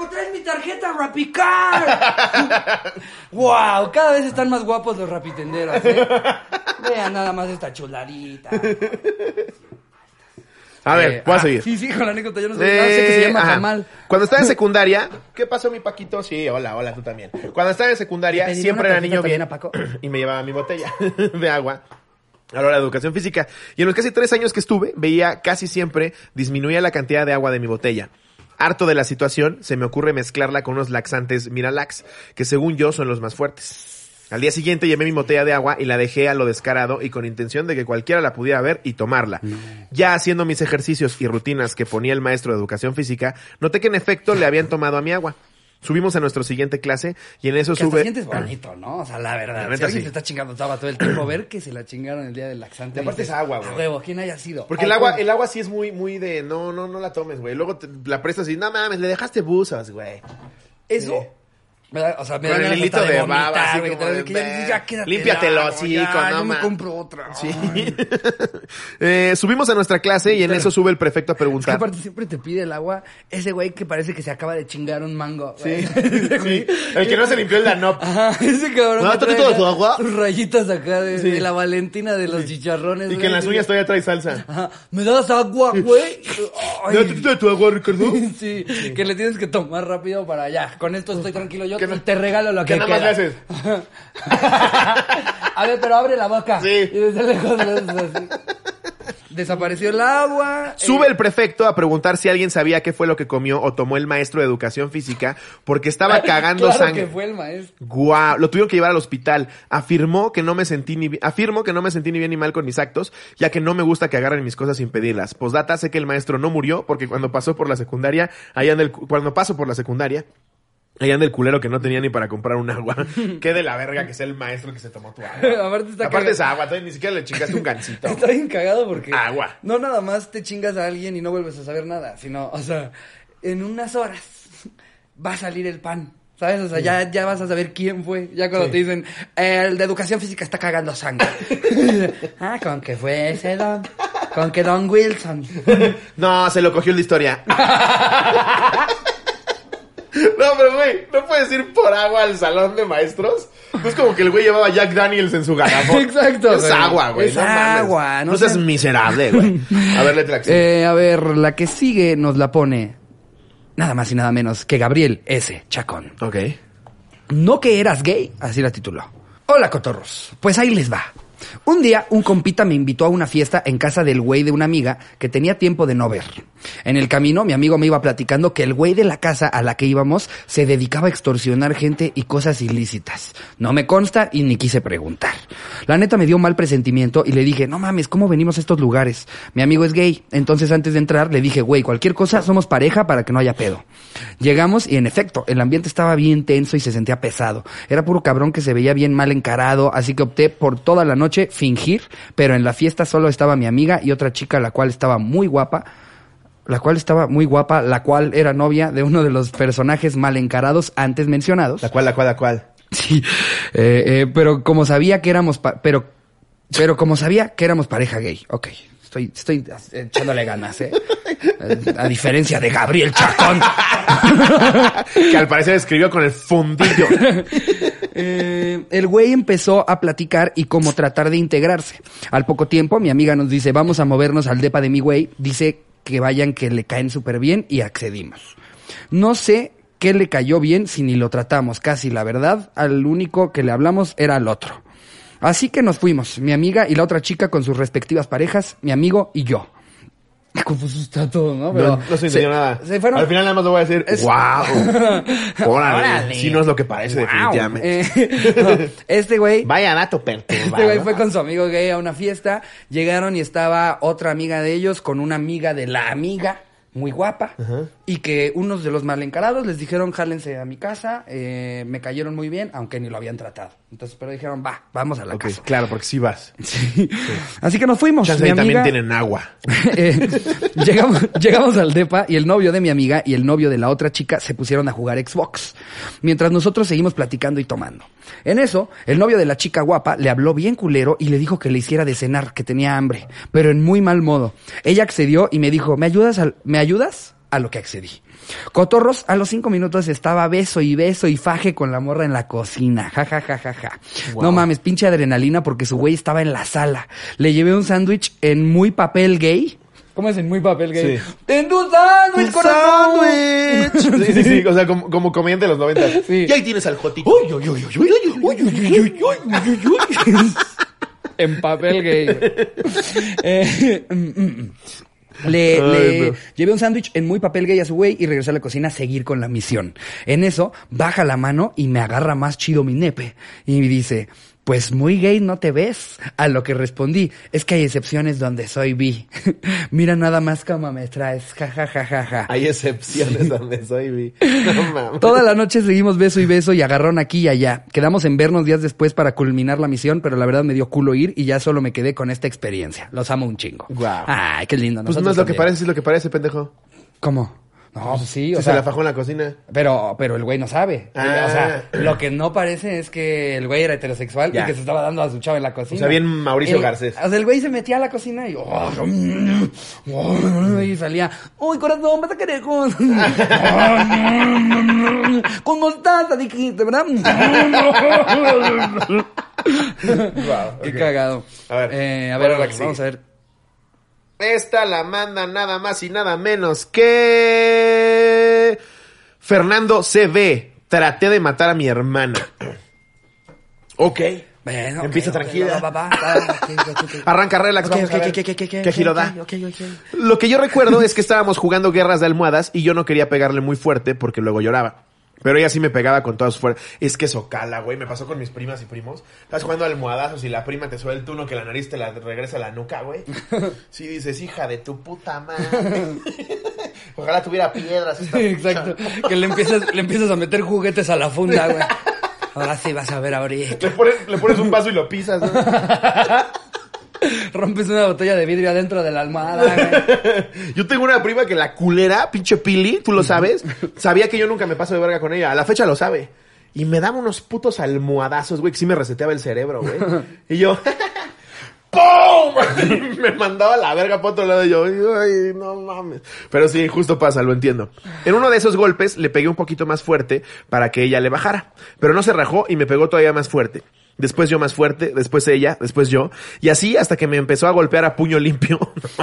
Speaker 1: traes ¡Ah, mi tarjeta Rapicar! ¡Wow! Cada vez están más guapos los rapitenderos, ¿eh? Vean nada más esta chuladita.
Speaker 2: A ver,
Speaker 1: Eh,
Speaker 2: voy a
Speaker 1: ah,
Speaker 2: seguir. Eh,
Speaker 1: Sí, sí, con la anécdota, yo no sé, no sé que se llama
Speaker 2: Ajá.
Speaker 1: Jamal.
Speaker 2: Cuando estaba en secundaria, ¿qué pasó mi Paquito? Sí, hola, hola, tú también. Cuando estaba en
Speaker 1: ¿Te
Speaker 2: secundaria,
Speaker 1: pedí
Speaker 2: siempre
Speaker 1: una
Speaker 2: era
Speaker 1: cajita
Speaker 2: niño
Speaker 1: también
Speaker 2: bien
Speaker 1: a Paco?
Speaker 2: y me llevaba mi botella de agua. a la hora de educación física. Y en los casi tres años que estuve, veía casi siempre disminuía la cantidad de agua de mi botella. Harto de la situación, se me ocurre mezclarla con unos laxantes Miralax, que según yo son los más fuertes. Al día siguiente llevé mi botella de agua y la dejé a lo descarado y con intención de que cualquiera la pudiera ver y tomarla. Ya haciendo mis ejercicios y rutinas que ponía el maestro de educación física, noté que en efecto le habían tomado a mi agua. Subimos a nuestra siguiente clase y en eso
Speaker 1: Que hasta
Speaker 2: sube... Ah.
Speaker 1: sientes bonito, ¿no? O sea, la verdad.
Speaker 2: La neta,
Speaker 1: si alguien
Speaker 2: sí.
Speaker 1: se está chingando taba todo el tiempo, ver que se la chingaron el día del laxante.
Speaker 2: Y aparte
Speaker 1: dices,
Speaker 2: es agua, güey.
Speaker 1: "A huevo, ¿quién haya sido?
Speaker 2: Porque el
Speaker 1: Ay,
Speaker 2: agua,
Speaker 1: güey.
Speaker 2: el agua sí es muy, muy de no, no, no la tomes, güey. Luego te- la prestas y no mames, le dejaste buzos, güey.
Speaker 1: Eso. me da- ¿eh? o sea, me
Speaker 2: Con
Speaker 1: da
Speaker 2: el
Speaker 1: ganas
Speaker 2: hilito
Speaker 1: hasta de
Speaker 2: de baba,
Speaker 1: vomitar,
Speaker 2: así
Speaker 1: güey, que
Speaker 2: como
Speaker 1: te-
Speaker 2: de,
Speaker 1: que ya-
Speaker 2: "Ve,
Speaker 1: ya quédate
Speaker 2: límpiate el
Speaker 1: largo,
Speaker 2: hocico,
Speaker 1: ya,
Speaker 2: no
Speaker 1: yo me
Speaker 2: ma-
Speaker 1: compro otra.
Speaker 2: Sí.
Speaker 1: Ay.
Speaker 2: Eh, subimos a nuestra clase y en eso sube el prefecto a
Speaker 1: Es que
Speaker 2: preguntar.
Speaker 1: aparte siempre te pide el agua ese güey que parece que se acaba de chingar un mango. güey.
Speaker 2: Sí, el que no se limpió el danop.
Speaker 1: Ajá, ese cabrón.
Speaker 2: No,
Speaker 1: que
Speaker 2: ¿tú
Speaker 1: trae
Speaker 2: quitas
Speaker 1: la-
Speaker 2: tu agua?
Speaker 1: Sus rayitas acá de,
Speaker 2: Sí.
Speaker 1: de la Valentina de los chicharrones.
Speaker 2: Y que
Speaker 1: güey.
Speaker 2: en las uñas todavía trae salsa.
Speaker 1: Ajá, ¿Me das agua, güey? Ay.
Speaker 2: ¿No te quitas tu agua, Ricardo?
Speaker 1: Sí, que le tienes que tomar rápido para allá. Con esto estoy tranquilo yo
Speaker 2: Que no-
Speaker 1: te regalo lo
Speaker 2: que
Speaker 1: que,
Speaker 2: nada más
Speaker 1: queda.
Speaker 2: le haces.
Speaker 1: A ver, pero abre la boca.
Speaker 2: Sí.
Speaker 1: Y desde lejos le haces así. Desapareció el agua. Eh,
Speaker 2: Sube el prefecto a preguntar si alguien sabía qué fue lo que comió o tomó el maestro de educación física porque estaba cagando
Speaker 1: claro
Speaker 2: sangre.
Speaker 1: que fue el maestro.
Speaker 2: Guau, lo tuvieron que llevar al hospital. Afirmó que no me sentí ni bi- afirmo que no me sentí ni bien ni mal con mis actos, ya que no me gusta que agarren mis cosas sin pedirlas. Posdata sé que el maestro no murió porque cuando pasó por la secundaria, ahí anda el cu- cuando paso por la secundaria, ahí anda el culero que no tenía ni para comprar un agua. Qué de la verga que sea el maestro que se tomó tu agua.
Speaker 1: Aparte está
Speaker 2: Aparte
Speaker 1: cagado.
Speaker 2: esa agua, todavía ni siquiera le chingaste un gancito.
Speaker 1: Está bien cagado porque
Speaker 2: Agua.
Speaker 1: no nada más te chingas a alguien y no vuelves a saber nada, sino, o sea, en unas horas va a salir el pan. ¿Sabes? O sea, ya, ya vas a saber quién fue. Ya cuando te dicen, el de educación física está cagando sangre. ah, con que fue ese don. Con que don Wilson.
Speaker 2: No, se lo cogió el de historia. No, pero güey, no puedes ir por agua al salón de maestros. No es como que el güey llevaba Jack Daniels en su garrafón.
Speaker 1: Exacto,
Speaker 2: Es
Speaker 1: güey.
Speaker 2: agua, güey.
Speaker 1: Es
Speaker 2: no mames.
Speaker 1: agua,
Speaker 2: No,
Speaker 1: no
Speaker 2: seas
Speaker 1: sé.
Speaker 2: miserable, güey. A ver, letra acción.
Speaker 1: Eh, a ver, la que sigue nos la pone nada más y nada menos que Gabriel S. Chacón.
Speaker 2: Ok.
Speaker 1: No que eras gay, así la tituló. Hola, cotorros. Pues ahí les va. Un día, un compita me invitó a una fiesta en casa del güey de una amiga que tenía tiempo de no ver. En el camino, mi amigo me iba platicando que el güey de la casa a la que íbamos se dedicaba a extorsionar gente y cosas ilícitas. No me consta y ni quise preguntar. La neta me dio mal presentimiento y le dije, no mames, ¿cómo venimos a estos lugares? Mi amigo es gay. Entonces, antes de entrar, le dije, güey, cualquier cosa, somos pareja para que no haya pedo. Llegamos y en efecto, el ambiente estaba bien tenso y se sentía pesado. Era puro cabrón que se veía bien mal encarado, así que opté por toda la noche fingir, pero en la fiesta solo estaba mi amiga y otra chica, la cual estaba muy guapa, la cual estaba muy guapa, la cual era novia de uno de los personajes mal encarados antes mencionados.
Speaker 2: La cual, la cual, la cual.
Speaker 1: Sí, eh, eh, pero como sabía que éramos, pa- pero, pero como sabía que éramos pareja gay, ok. Estoy, estoy echándole ganas, ¿eh? Eh, A diferencia de Gabriel Chacón.
Speaker 2: Que al parecer escribió con el fundillo.
Speaker 1: Eh, el güey empezó a platicar y cómo tratar de integrarse. Al poco tiempo, mi amiga nos dice, vamos a movernos al depa de mi güey. Dice que vayan, que le caen súper bien y accedimos. No sé qué le cayó bien si ni lo tratamos, casi la verdad. Al único que le hablamos era al otro. Así que nos fuimos, mi amiga y la otra chica con sus respectivas parejas, mi amigo y yo. Qué confuso está todo, ¿no? Pero
Speaker 2: no, no se entendió nada.
Speaker 1: se fueron-
Speaker 2: Al final nada más lo voy a decir.
Speaker 1: Es-
Speaker 2: ¡Guau! Órale.
Speaker 1: Órale.
Speaker 2: Sí no es lo que parece,
Speaker 1: Wow.
Speaker 2: definitivamente.
Speaker 1: Eh, no, este güey
Speaker 2: Vaya dato
Speaker 1: Este
Speaker 2: perturbado.
Speaker 1: güey fue con su amigo gay a una fiesta. Llegaron y estaba otra amiga de ellos con una amiga de la amiga, muy guapa. Y que unos de los malencarados les dijeron, jálense a mi casa. eh, me cayeron muy bien, aunque ni lo habían tratado. Entonces, pero dijeron, va, vamos a la
Speaker 2: Ok,
Speaker 1: casa.
Speaker 2: claro, porque sí vas.
Speaker 1: Sí. Así que nos fuimos.
Speaker 2: Chance
Speaker 1: Mi
Speaker 2: ahí también
Speaker 1: amiga-
Speaker 2: tienen agua.
Speaker 1: eh, llegamos, llegamos al DEPA y el novio de mi amiga y el novio de la otra chica se pusieron a jugar Xbox, mientras nosotros seguimos platicando y tomando. En eso, el novio de la chica guapa le habló bien culero y le dijo que le hiciera de cenar, que tenía hambre, pero en muy mal modo. Ella accedió y me dijo, ¿me ayudas? al- ¿Me ayudas? A lo que accedí. Cotorros, a los cinco minutos estaba beso y beso y faje con la morra en la cocina. Ja, ja, ja, ja, ja. No mames, pinche adrenalina porque su güey estaba en la sala. Le llevé un sándwich en muy papel gay. ¿Cómo es en muy papel
Speaker 2: gay? Sí.
Speaker 1: En tu sándwich, corazón.
Speaker 2: Sí, sí, sí. O sea, como, como comediante de los 90.
Speaker 1: Sí.
Speaker 2: Y ahí tienes al Jotito.
Speaker 1: Uy, uy, uy, uy, uy, uy, uy, uy, uy, uy, uy, uy. en papel gay. güey. Eh, mm, mm. Le,
Speaker 2: Ay,
Speaker 1: le
Speaker 2: no.
Speaker 1: llevé un sándwich en muy papel gay a su güey y regresé a la cocina a seguir con la misión. En eso, baja la mano y me agarra más chido mi nepe. Y me dice, pues muy gay no te ves. A lo que respondí, es que hay excepciones donde soy bi. Mira nada más cómo me traes, ja, ja, ja, ja, ja.
Speaker 2: Hay excepciones donde soy vi. No mames.
Speaker 1: Toda la noche seguimos beso y beso y agarrón aquí y allá. Quedamos en vernos días después para culminar la misión, pero la verdad me dio culo ir y ya solo me quedé con esta experiencia. Los amo un chingo.
Speaker 2: Guau.
Speaker 1: Ay, qué lindo.
Speaker 2: Pues no
Speaker 1: Nosotros
Speaker 2: es lo que
Speaker 1: también.
Speaker 2: parece, es lo que parece, pendejo.
Speaker 1: ¿Cómo? No, pues sí, o
Speaker 2: Si
Speaker 1: sea,
Speaker 2: se la fajó en la cocina.
Speaker 1: pero, pero el güey no sabe.
Speaker 2: Ah.
Speaker 1: O sea, lo que no parece es que el güey era heterosexual
Speaker 2: Ya.
Speaker 1: y que se estaba dando a su chavo en la cocina.
Speaker 2: O sea, bien Mauricio
Speaker 1: El-
Speaker 2: Garcés.
Speaker 1: O sea, el güey se metía a la cocina y, oh, mm, oh, y salía, uy, corazón, vas a Oh, canejos. Con mostaza, dijiste, ¿verdad?
Speaker 2: Wow,
Speaker 1: Qué
Speaker 2: ok.
Speaker 1: cagado.
Speaker 2: A ver,
Speaker 1: Eh, a
Speaker 2: ahora
Speaker 1: ver,
Speaker 2: la que
Speaker 1: vamos a
Speaker 2: sigue.
Speaker 1: ver.
Speaker 2: Esta la manda nada más y nada menos que Fernando CB. Traté de matar a mi hermana. Ok.
Speaker 1: Bueno,
Speaker 2: Empieza
Speaker 1: ok,
Speaker 2: tranquila.
Speaker 1: ok, va, va, va, ok, ok, ok.
Speaker 2: Arranca relax.
Speaker 1: Ok,
Speaker 2: vamos
Speaker 1: ok,
Speaker 2: a ver
Speaker 1: ok, ok, ok, ok,
Speaker 2: ¿Qué giro da?
Speaker 1: ok, ok, ok.
Speaker 2: Lo que yo recuerdo es que estábamos jugando guerras de almohadas y yo no quería pegarle muy fuerte porque luego lloraba. Pero ella sí me pegaba con todas sus fuerzas. Es que socala, güey. Me pasó con mis primas y primos. Estás jugando almohadazos y la prima te suelta uno que la nariz te la regresa a la nuca, güey. Sí, dices, hija de tu puta madre. Ojalá tuviera piedras. esta
Speaker 1: Exacto. Que le empiezas, le empiezas a meter juguetes a la funda, güey. Ahora sí vas a ver ahorita.
Speaker 2: Le pones, le pones un vaso y lo pisas, ¿no?
Speaker 1: Rompes una botella de vidrio adentro de la almohada, güey.
Speaker 2: Yo tengo una prima que la culera, pinche Pili, tú lo sabes, sabía que yo nunca me paso de verga con ella. A la fecha lo sabe. Y me daba unos putos almohadazos, güey, que sí me reseteaba el cerebro, güey. Y yo... ¡Pum! me mandaba a la verga para otro lado y yo, ay, no mames. Pero sí, justo pasa, lo entiendo. En uno de esos golpes le pegué un poquito más fuerte para que ella le bajara, pero no se rajó y me pegó todavía más fuerte. Después yo más fuerte, después ella, después yo, y así hasta que me empezó a golpear a puño limpio.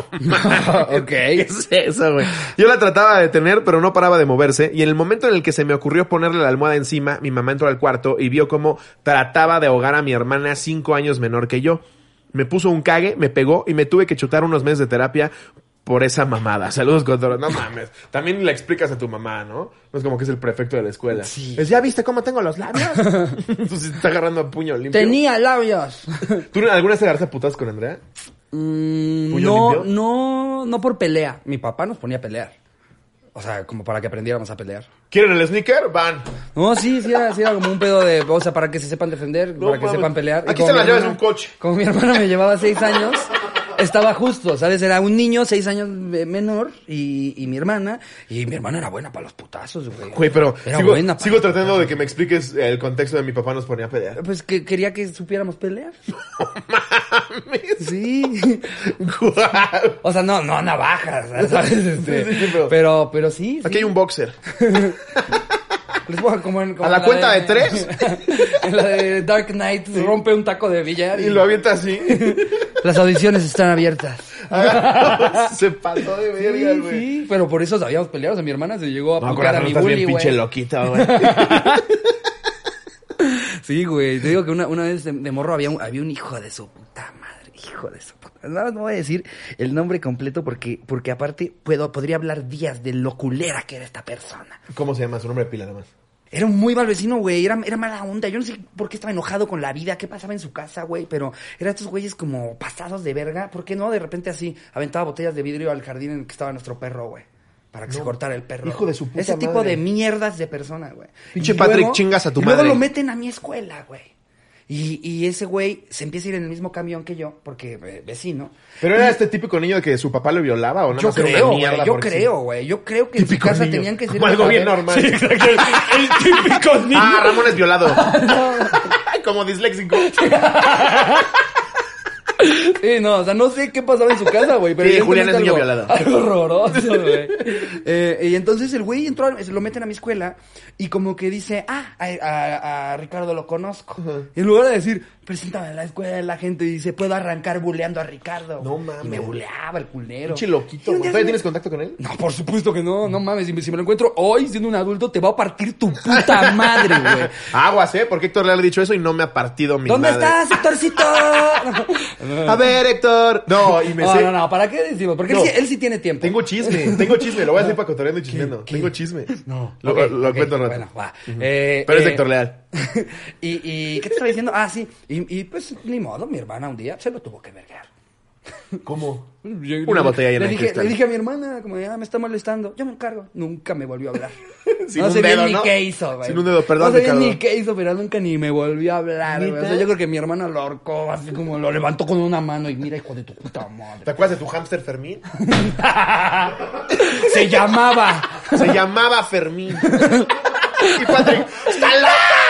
Speaker 1: Ok.
Speaker 2: ¿Qué es eso, güey? Yo la trataba de detener, pero no paraba de moverse. Y en el momento en el que se me ocurrió ponerle la almohada encima, mi mamá entró al cuarto y vio cómo trataba de ahogar a mi hermana cinco años menor que yo. Me puso un cague, me pegó y me tuve que chutar unos meses de terapia por esa mamada. Saludos, Condoro. No mames. También le explicas a tu mamá, ¿no? No es como que es el prefecto de la escuela.
Speaker 1: Sí.
Speaker 2: Es, ¿Ya viste cómo tengo los labios? Tú sí te está agarrando a puño limpio.
Speaker 1: Tenía labios.
Speaker 2: ¿Tú alguna vez te agarraste a putas con Andrea?
Speaker 1: Mm,
Speaker 2: ¿Puño
Speaker 1: no,
Speaker 2: limpio?
Speaker 1: no, no por pelea. Mi papá nos ponía a pelear. O sea, como para que aprendiéramos a pelear.
Speaker 2: ¿Quieren el sneaker? Van.
Speaker 1: No, sí, sí era, sí era como un pedo de, o sea, para que se sepan defender,
Speaker 2: No
Speaker 1: para que
Speaker 2: mames.
Speaker 1: sepan pelear. Y
Speaker 2: Aquí
Speaker 1: como
Speaker 2: se
Speaker 1: mi
Speaker 2: las llevas
Speaker 1: hermano-
Speaker 2: en un coche.
Speaker 1: Como mi hermano me llevaba seis años, estaba justo, ¿sabes? Era un niño, seis años eh, menor, y, y mi hermana, y mi hermana era buena para los putazos, güey.
Speaker 2: Güey, pero
Speaker 1: Era
Speaker 2: sigo,
Speaker 1: buena pa-
Speaker 2: sigo tratando de que me expliques el contexto de mi papá nos ponía a pelear.
Speaker 1: Pues que quería que supiéramos pelear.
Speaker 2: ¡Mames!
Speaker 1: Sí.
Speaker 2: Guau.
Speaker 1: O sea, no, no navajas, ¿sabes? Este,
Speaker 2: Sí, sí, pero-
Speaker 1: pero, pero sí. sí.
Speaker 2: Aquí hay un boxer.
Speaker 1: Les pongo como en- como
Speaker 2: ¿A la
Speaker 1: en
Speaker 2: cuenta de tres?
Speaker 1: en la de Dark Knight rompe un taco de billar y,
Speaker 2: Y lo avienta así.
Speaker 1: las audiciones están abiertas.
Speaker 2: Se pasó de verga,
Speaker 1: Sí,
Speaker 2: güey.
Speaker 1: sí, pero por eso habíamos peleado. O sea, mi hermana se llegó a
Speaker 2: No,
Speaker 1: putear a
Speaker 2: corazón,
Speaker 1: mi
Speaker 2: estás
Speaker 1: bully,
Speaker 2: bien pinche
Speaker 1: güey.
Speaker 2: loquita, güey.
Speaker 1: Sí, güey. Te digo que una, una vez de, de morro había un, había un hijo de su puta madre. Hijo de su puta. No, no voy a decir el nombre completo porque, porque aparte puedo, podría hablar días de lo culera que era esta persona.
Speaker 2: ¿Cómo se llama? Su nombre de pila, nada más.
Speaker 1: Era un muy mal vecino, güey. Era, era mala onda. Yo no sé por qué estaba enojado con la vida, qué pasaba en su casa, güey. Pero eran estos güeyes como pasados de verga. ¿Por qué no? De repente así aventaba botellas de vidrio al jardín en el que estaba nuestro perro, güey. Para que se cortara el perro.
Speaker 2: Hijo de su puta
Speaker 1: Ese tipo
Speaker 2: madre.
Speaker 1: de mierdas de persona, güey.
Speaker 2: Pinche
Speaker 1: Y
Speaker 2: Patrick, chingas a tu
Speaker 1: y luego
Speaker 2: madre.
Speaker 1: lo meten a mi escuela, güey. Y, y ese güey se empieza a ir en el mismo camión que yo, porque eh, vecino.
Speaker 2: ¿Pero era este típico niño que su papá lo violaba o nada
Speaker 1: Yo
Speaker 2: más era
Speaker 1: creo,
Speaker 2: una
Speaker 1: güey,
Speaker 2: mierda?
Speaker 1: yo
Speaker 2: porque sí?
Speaker 1: creo, güey. Yo creo que en su
Speaker 2: Típico
Speaker 1: casa
Speaker 2: niño.
Speaker 1: tenían que ser...
Speaker 2: Como algo bien normal.
Speaker 1: Sí, exacto. El típico niño.
Speaker 2: Ah, Ramón es violado. Como disléxico.
Speaker 1: Sí, no, o sea, no sé qué pasaba en su casa, güey. Pero
Speaker 2: Sí,
Speaker 1: evidentemente
Speaker 2: Julián es niño
Speaker 1: algo-
Speaker 2: violado.
Speaker 1: Algo horroroso, güey. Eh, y entonces el güey entró, a- se lo meten a mi escuela y como que dice, ah, a, a- a Ricardo lo conozco. En lugar de decir, preséntame a la escuela, la gente dice, puedo arrancar buleando a Ricardo.
Speaker 2: No
Speaker 1: güey.
Speaker 2: mames.
Speaker 1: Y me buleaba el culero.
Speaker 2: Pinche loquito.
Speaker 1: Y un día
Speaker 2: güey. ¿Todavía
Speaker 1: se me-
Speaker 2: tienes contacto con él?
Speaker 1: No, por supuesto que no, no mames. Si me, si me lo encuentro hoy siendo un adulto, te va a partir tu puta madre, güey.
Speaker 2: Aguas, ¿eh? Porque Héctor le ha dicho eso y no me ha partido mi
Speaker 1: ¿Dónde
Speaker 2: madre.
Speaker 1: estás, Héctorcito?
Speaker 2: A ver, Héctor. No, y me
Speaker 1: no,
Speaker 2: sé.
Speaker 1: no, no, ¿para qué decimos? Porque
Speaker 2: No.
Speaker 1: él, sí, él sí tiene tiempo.
Speaker 2: Tengo chisme, tengo chisme. Lo voy a decir para cotorreando y chismeando.
Speaker 1: ¿Qué?
Speaker 2: Tengo chisme.
Speaker 1: No,
Speaker 2: Lo,
Speaker 1: ok,
Speaker 2: lo
Speaker 1: ok,
Speaker 2: cuento al rato.
Speaker 1: Bueno, va. Eh,
Speaker 2: Pero es
Speaker 1: eh,
Speaker 2: Héctor Leal.
Speaker 1: y, ¿Y qué te estaba diciendo? Ah, sí. Y, y, pues ni modo, mi hermana un día se lo tuvo que vergar.
Speaker 2: ¿Cómo?
Speaker 1: Yo-
Speaker 2: Una botella llena
Speaker 1: le
Speaker 2: de
Speaker 1: dije,
Speaker 2: cristal.
Speaker 1: Le dije a mi hermana, como, ya me está molestando, yo me encargo. Nunca me volvió a hablar.
Speaker 2: Sin
Speaker 1: no
Speaker 2: un
Speaker 1: sé bien
Speaker 2: dedo,
Speaker 1: ni
Speaker 2: ¿no?
Speaker 1: qué hizo, güey.
Speaker 2: Sin un dedo, perdón,
Speaker 1: No sé bien
Speaker 2: Ricardo.
Speaker 1: ni qué hizo, pero nunca ni me volvió a hablar, güey. O sea,
Speaker 2: ¿Neta?
Speaker 1: yo creo que mi hermana lo ahorcó, así como lo levantó con una mano y mira, hijo de tu puta
Speaker 2: ¿Te
Speaker 1: madre.
Speaker 2: acuerdas de tu hámster Fermín?
Speaker 1: Se llamaba.
Speaker 2: Se llamaba Fermín. y Patrick, ¡está loca!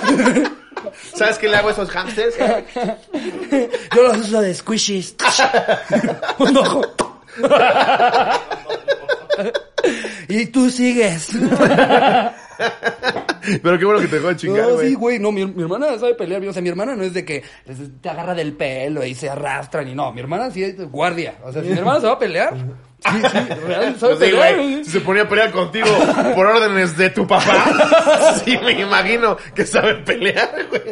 Speaker 2: ¡Está loca! ¿Sabes qué le hago a esos hámsters?
Speaker 1: Yo los uso de squishies. Un ojo. y tú sigues.
Speaker 2: Pero qué bueno que te dejó de chingar,
Speaker 1: No, sí,
Speaker 2: güey.
Speaker 1: güey. No, mi, mi hermana sabe pelear bien. O sea, mi hermana no es de que les- te agarra del pelo y se arrastran y no. Mi hermana sí es guardia. O sea, si mi hermana se va a pelear. Sí, sí, real, sabe
Speaker 2: No sé,
Speaker 1: pelear,
Speaker 2: Pues güey,
Speaker 1: güey.
Speaker 2: si se ponía a pelear contigo por órdenes de tu papá, sí me imagino que sabe pelear, güey.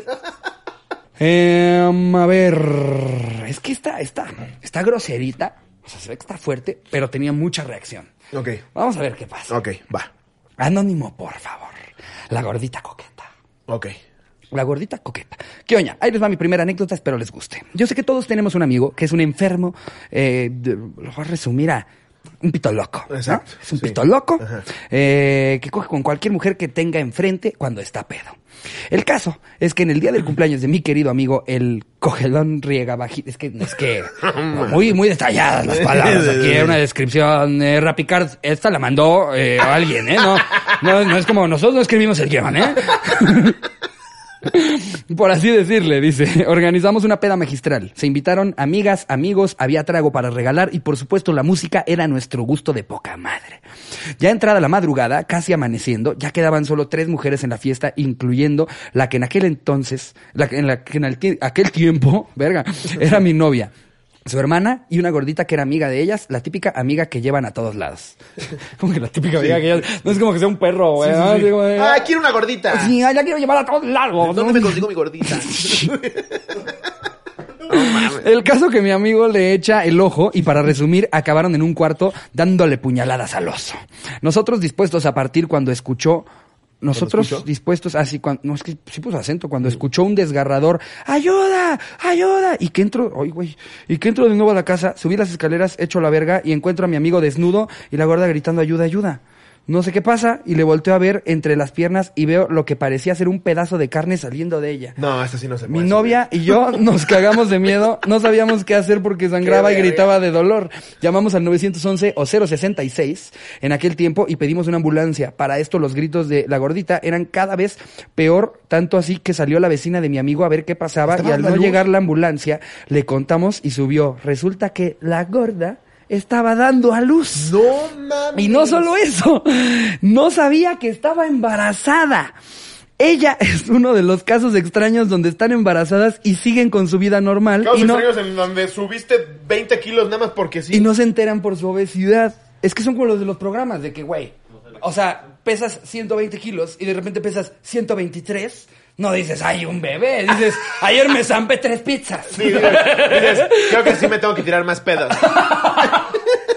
Speaker 1: Em, a ver, es que está, está, está groserita, o sea, se ve que está fuerte, pero tenía mucha reacción.
Speaker 2: Ok,
Speaker 1: Vamos a ver qué pasa.
Speaker 2: ok, va.
Speaker 1: Anónimo, por favor. La gordita coqueta.
Speaker 2: Ok.
Speaker 1: La gordita coqueta. ¿Qué oña? Ahí les va mi primera anécdota, espero les guste. Yo sé que todos tenemos un amigo que es un enfermo, eh, de- lo voy a resumir a un pito loco. ¿no?
Speaker 2: Exacto,
Speaker 1: Es un
Speaker 2: sí.
Speaker 1: pito loco
Speaker 2: Ajá.
Speaker 1: eh, que coge con cualquier mujer que tenga enfrente cuando está pedo. El caso es que en el día del cumpleaños de mi querido amigo, el cogelón riega bajito. Es que, es que, muy, muy detalladas las palabras. Aquí hay una descripción. Eh, Rapicard, esta la mandó eh, a alguien, ¿eh? No, no, no es como nosotros no escribimos el guión, ¿eh? Por así decirle, dice, organizamos una peda magistral. Se invitaron amigas, amigos, había trago para regalar y por supuesto la música era nuestro gusto de poca madre. Ya entrada la madrugada, casi amaneciendo, ya quedaban solo tres mujeres en la fiesta, incluyendo la que en aquel entonces, la que en, la, que en el tie- aquel tiempo, verga, era mi novia. Su hermana y una gordita que era amiga de ellas, la típica amiga que llevan a todos lados. como que la típica amiga que ellas... No es como que sea un perro, güey. ¿no? Así como de,
Speaker 2: Ah, quiero una gordita.
Speaker 1: eh, Sí, ay, la quiero llevar a todos lados. ¿no?
Speaker 2: ¿Dónde me consigo mi gordita?
Speaker 1: El caso que mi amigo le echa el ojo y para resumir acabaron en un cuarto dándole puñaladas al oso. Nosotros dispuestos a partir cuando escuchó nosotros
Speaker 2: escuchó?
Speaker 1: dispuestos así cuando no es que sí puso acento cuando escuchó un desgarrador ayuda ayuda y que entro ay güey y que entro de nuevo a la casa subí las escaleras echo la verga y encuentro a mi amigo desnudo y la gorda gritando ayuda ayuda no sé qué pasa y le volteo a ver entre las piernas y veo lo que parecía ser un pedazo de carne saliendo de ella
Speaker 2: No, eso sí no se puede.
Speaker 1: mi novia y yo nos cagamos de miedo, no sabíamos qué hacer porque sangraba y
Speaker 2: verga.
Speaker 1: gritaba de dolor. Llamamos al 911 o 066 en aquel tiempo y pedimos una ambulancia. Para esto los gritos de la gordita eran cada vez peor, tanto así que salió la vecina de mi amigo a ver qué pasaba
Speaker 2: ¿Estaba
Speaker 1: y al
Speaker 2: la
Speaker 1: no
Speaker 2: luz?
Speaker 1: llegar la ambulancia le contamos y subió. Resulta que la gorda estaba dando a luz.
Speaker 2: No mames.
Speaker 1: Y no solo eso, no sabía que estaba embarazada. Ella es uno de los casos extraños donde están embarazadas y siguen con su vida normal
Speaker 2: Casos
Speaker 1: y no,
Speaker 2: extraños en donde subiste 20 kilos nada más porque sí.
Speaker 1: y no se enteran por su obesidad. Es que son como los de los programas de que, güey, o sea, pesas 120 kilos y de repente pesas 123. No dices, hay un bebé. Dices, ayer me zampé tres pizzas.
Speaker 2: Sí, dices, dices, creo que sí me tengo que tirar más pedos.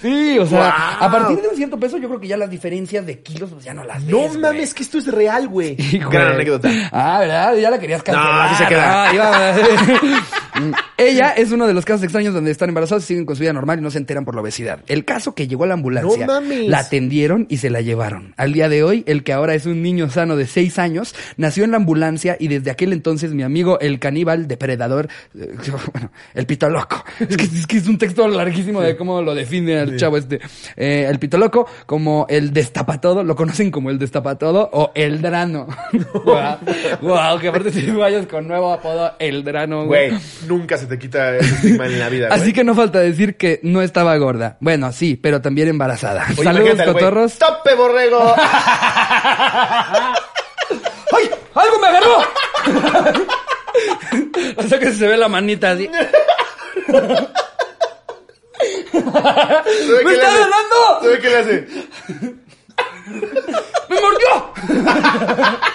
Speaker 1: Sí, o sea,
Speaker 2: Wow.
Speaker 1: a partir de un cierto peso, yo creo que ya las diferencias de kilos pues, ya no las ves. güey.
Speaker 2: que esto es real, güey.
Speaker 1: Hijo
Speaker 2: Gran
Speaker 1: de-
Speaker 2: anécdota.
Speaker 1: Ah, ¿verdad? Ya la querías cancelar.
Speaker 2: No, así se queda.
Speaker 1: Ah, iba- Mm, Ella es uno de los casos extraños donde están embarazados y siguen con su vida normal y no se enteran por la obesidad. El caso que llegó a la ambulancia,
Speaker 2: No mames.
Speaker 1: la atendieron y se la llevaron. Al día de hoy, el que ahora es un niño sano de seis años, nació en la ambulancia y desde aquel entonces mi amigo, el caníbal depredador, eh, bueno, el pito loco. Es que es, que es un texto larguísimo de cómo lo define al chavo este. Eh, el pito loco, como el destapatodo, lo conocen como el destapatodo o el drano. Guau, guau, que aparte si vayas con nuevo apodo, el drano,
Speaker 2: Güey, nunca se te quita ese estigma en la vida,
Speaker 1: Así
Speaker 2: güey.
Speaker 1: que no falta decir que no estaba gorda. Bueno, sí, pero también embarazada.
Speaker 2: Oye,
Speaker 1: Saludos,
Speaker 2: imagínate al güey,
Speaker 1: cotorros.
Speaker 2: ¡Tope, borrego!
Speaker 1: ¡Ay! ¡Algo me agarró! Hasta que se ve la manita así.
Speaker 2: ¿Sabe
Speaker 1: ¡Me
Speaker 2: qué le
Speaker 1: está
Speaker 2: hace?
Speaker 1: agarrando!
Speaker 2: ¿Sabe qué le hace?
Speaker 1: ¡Me mordió!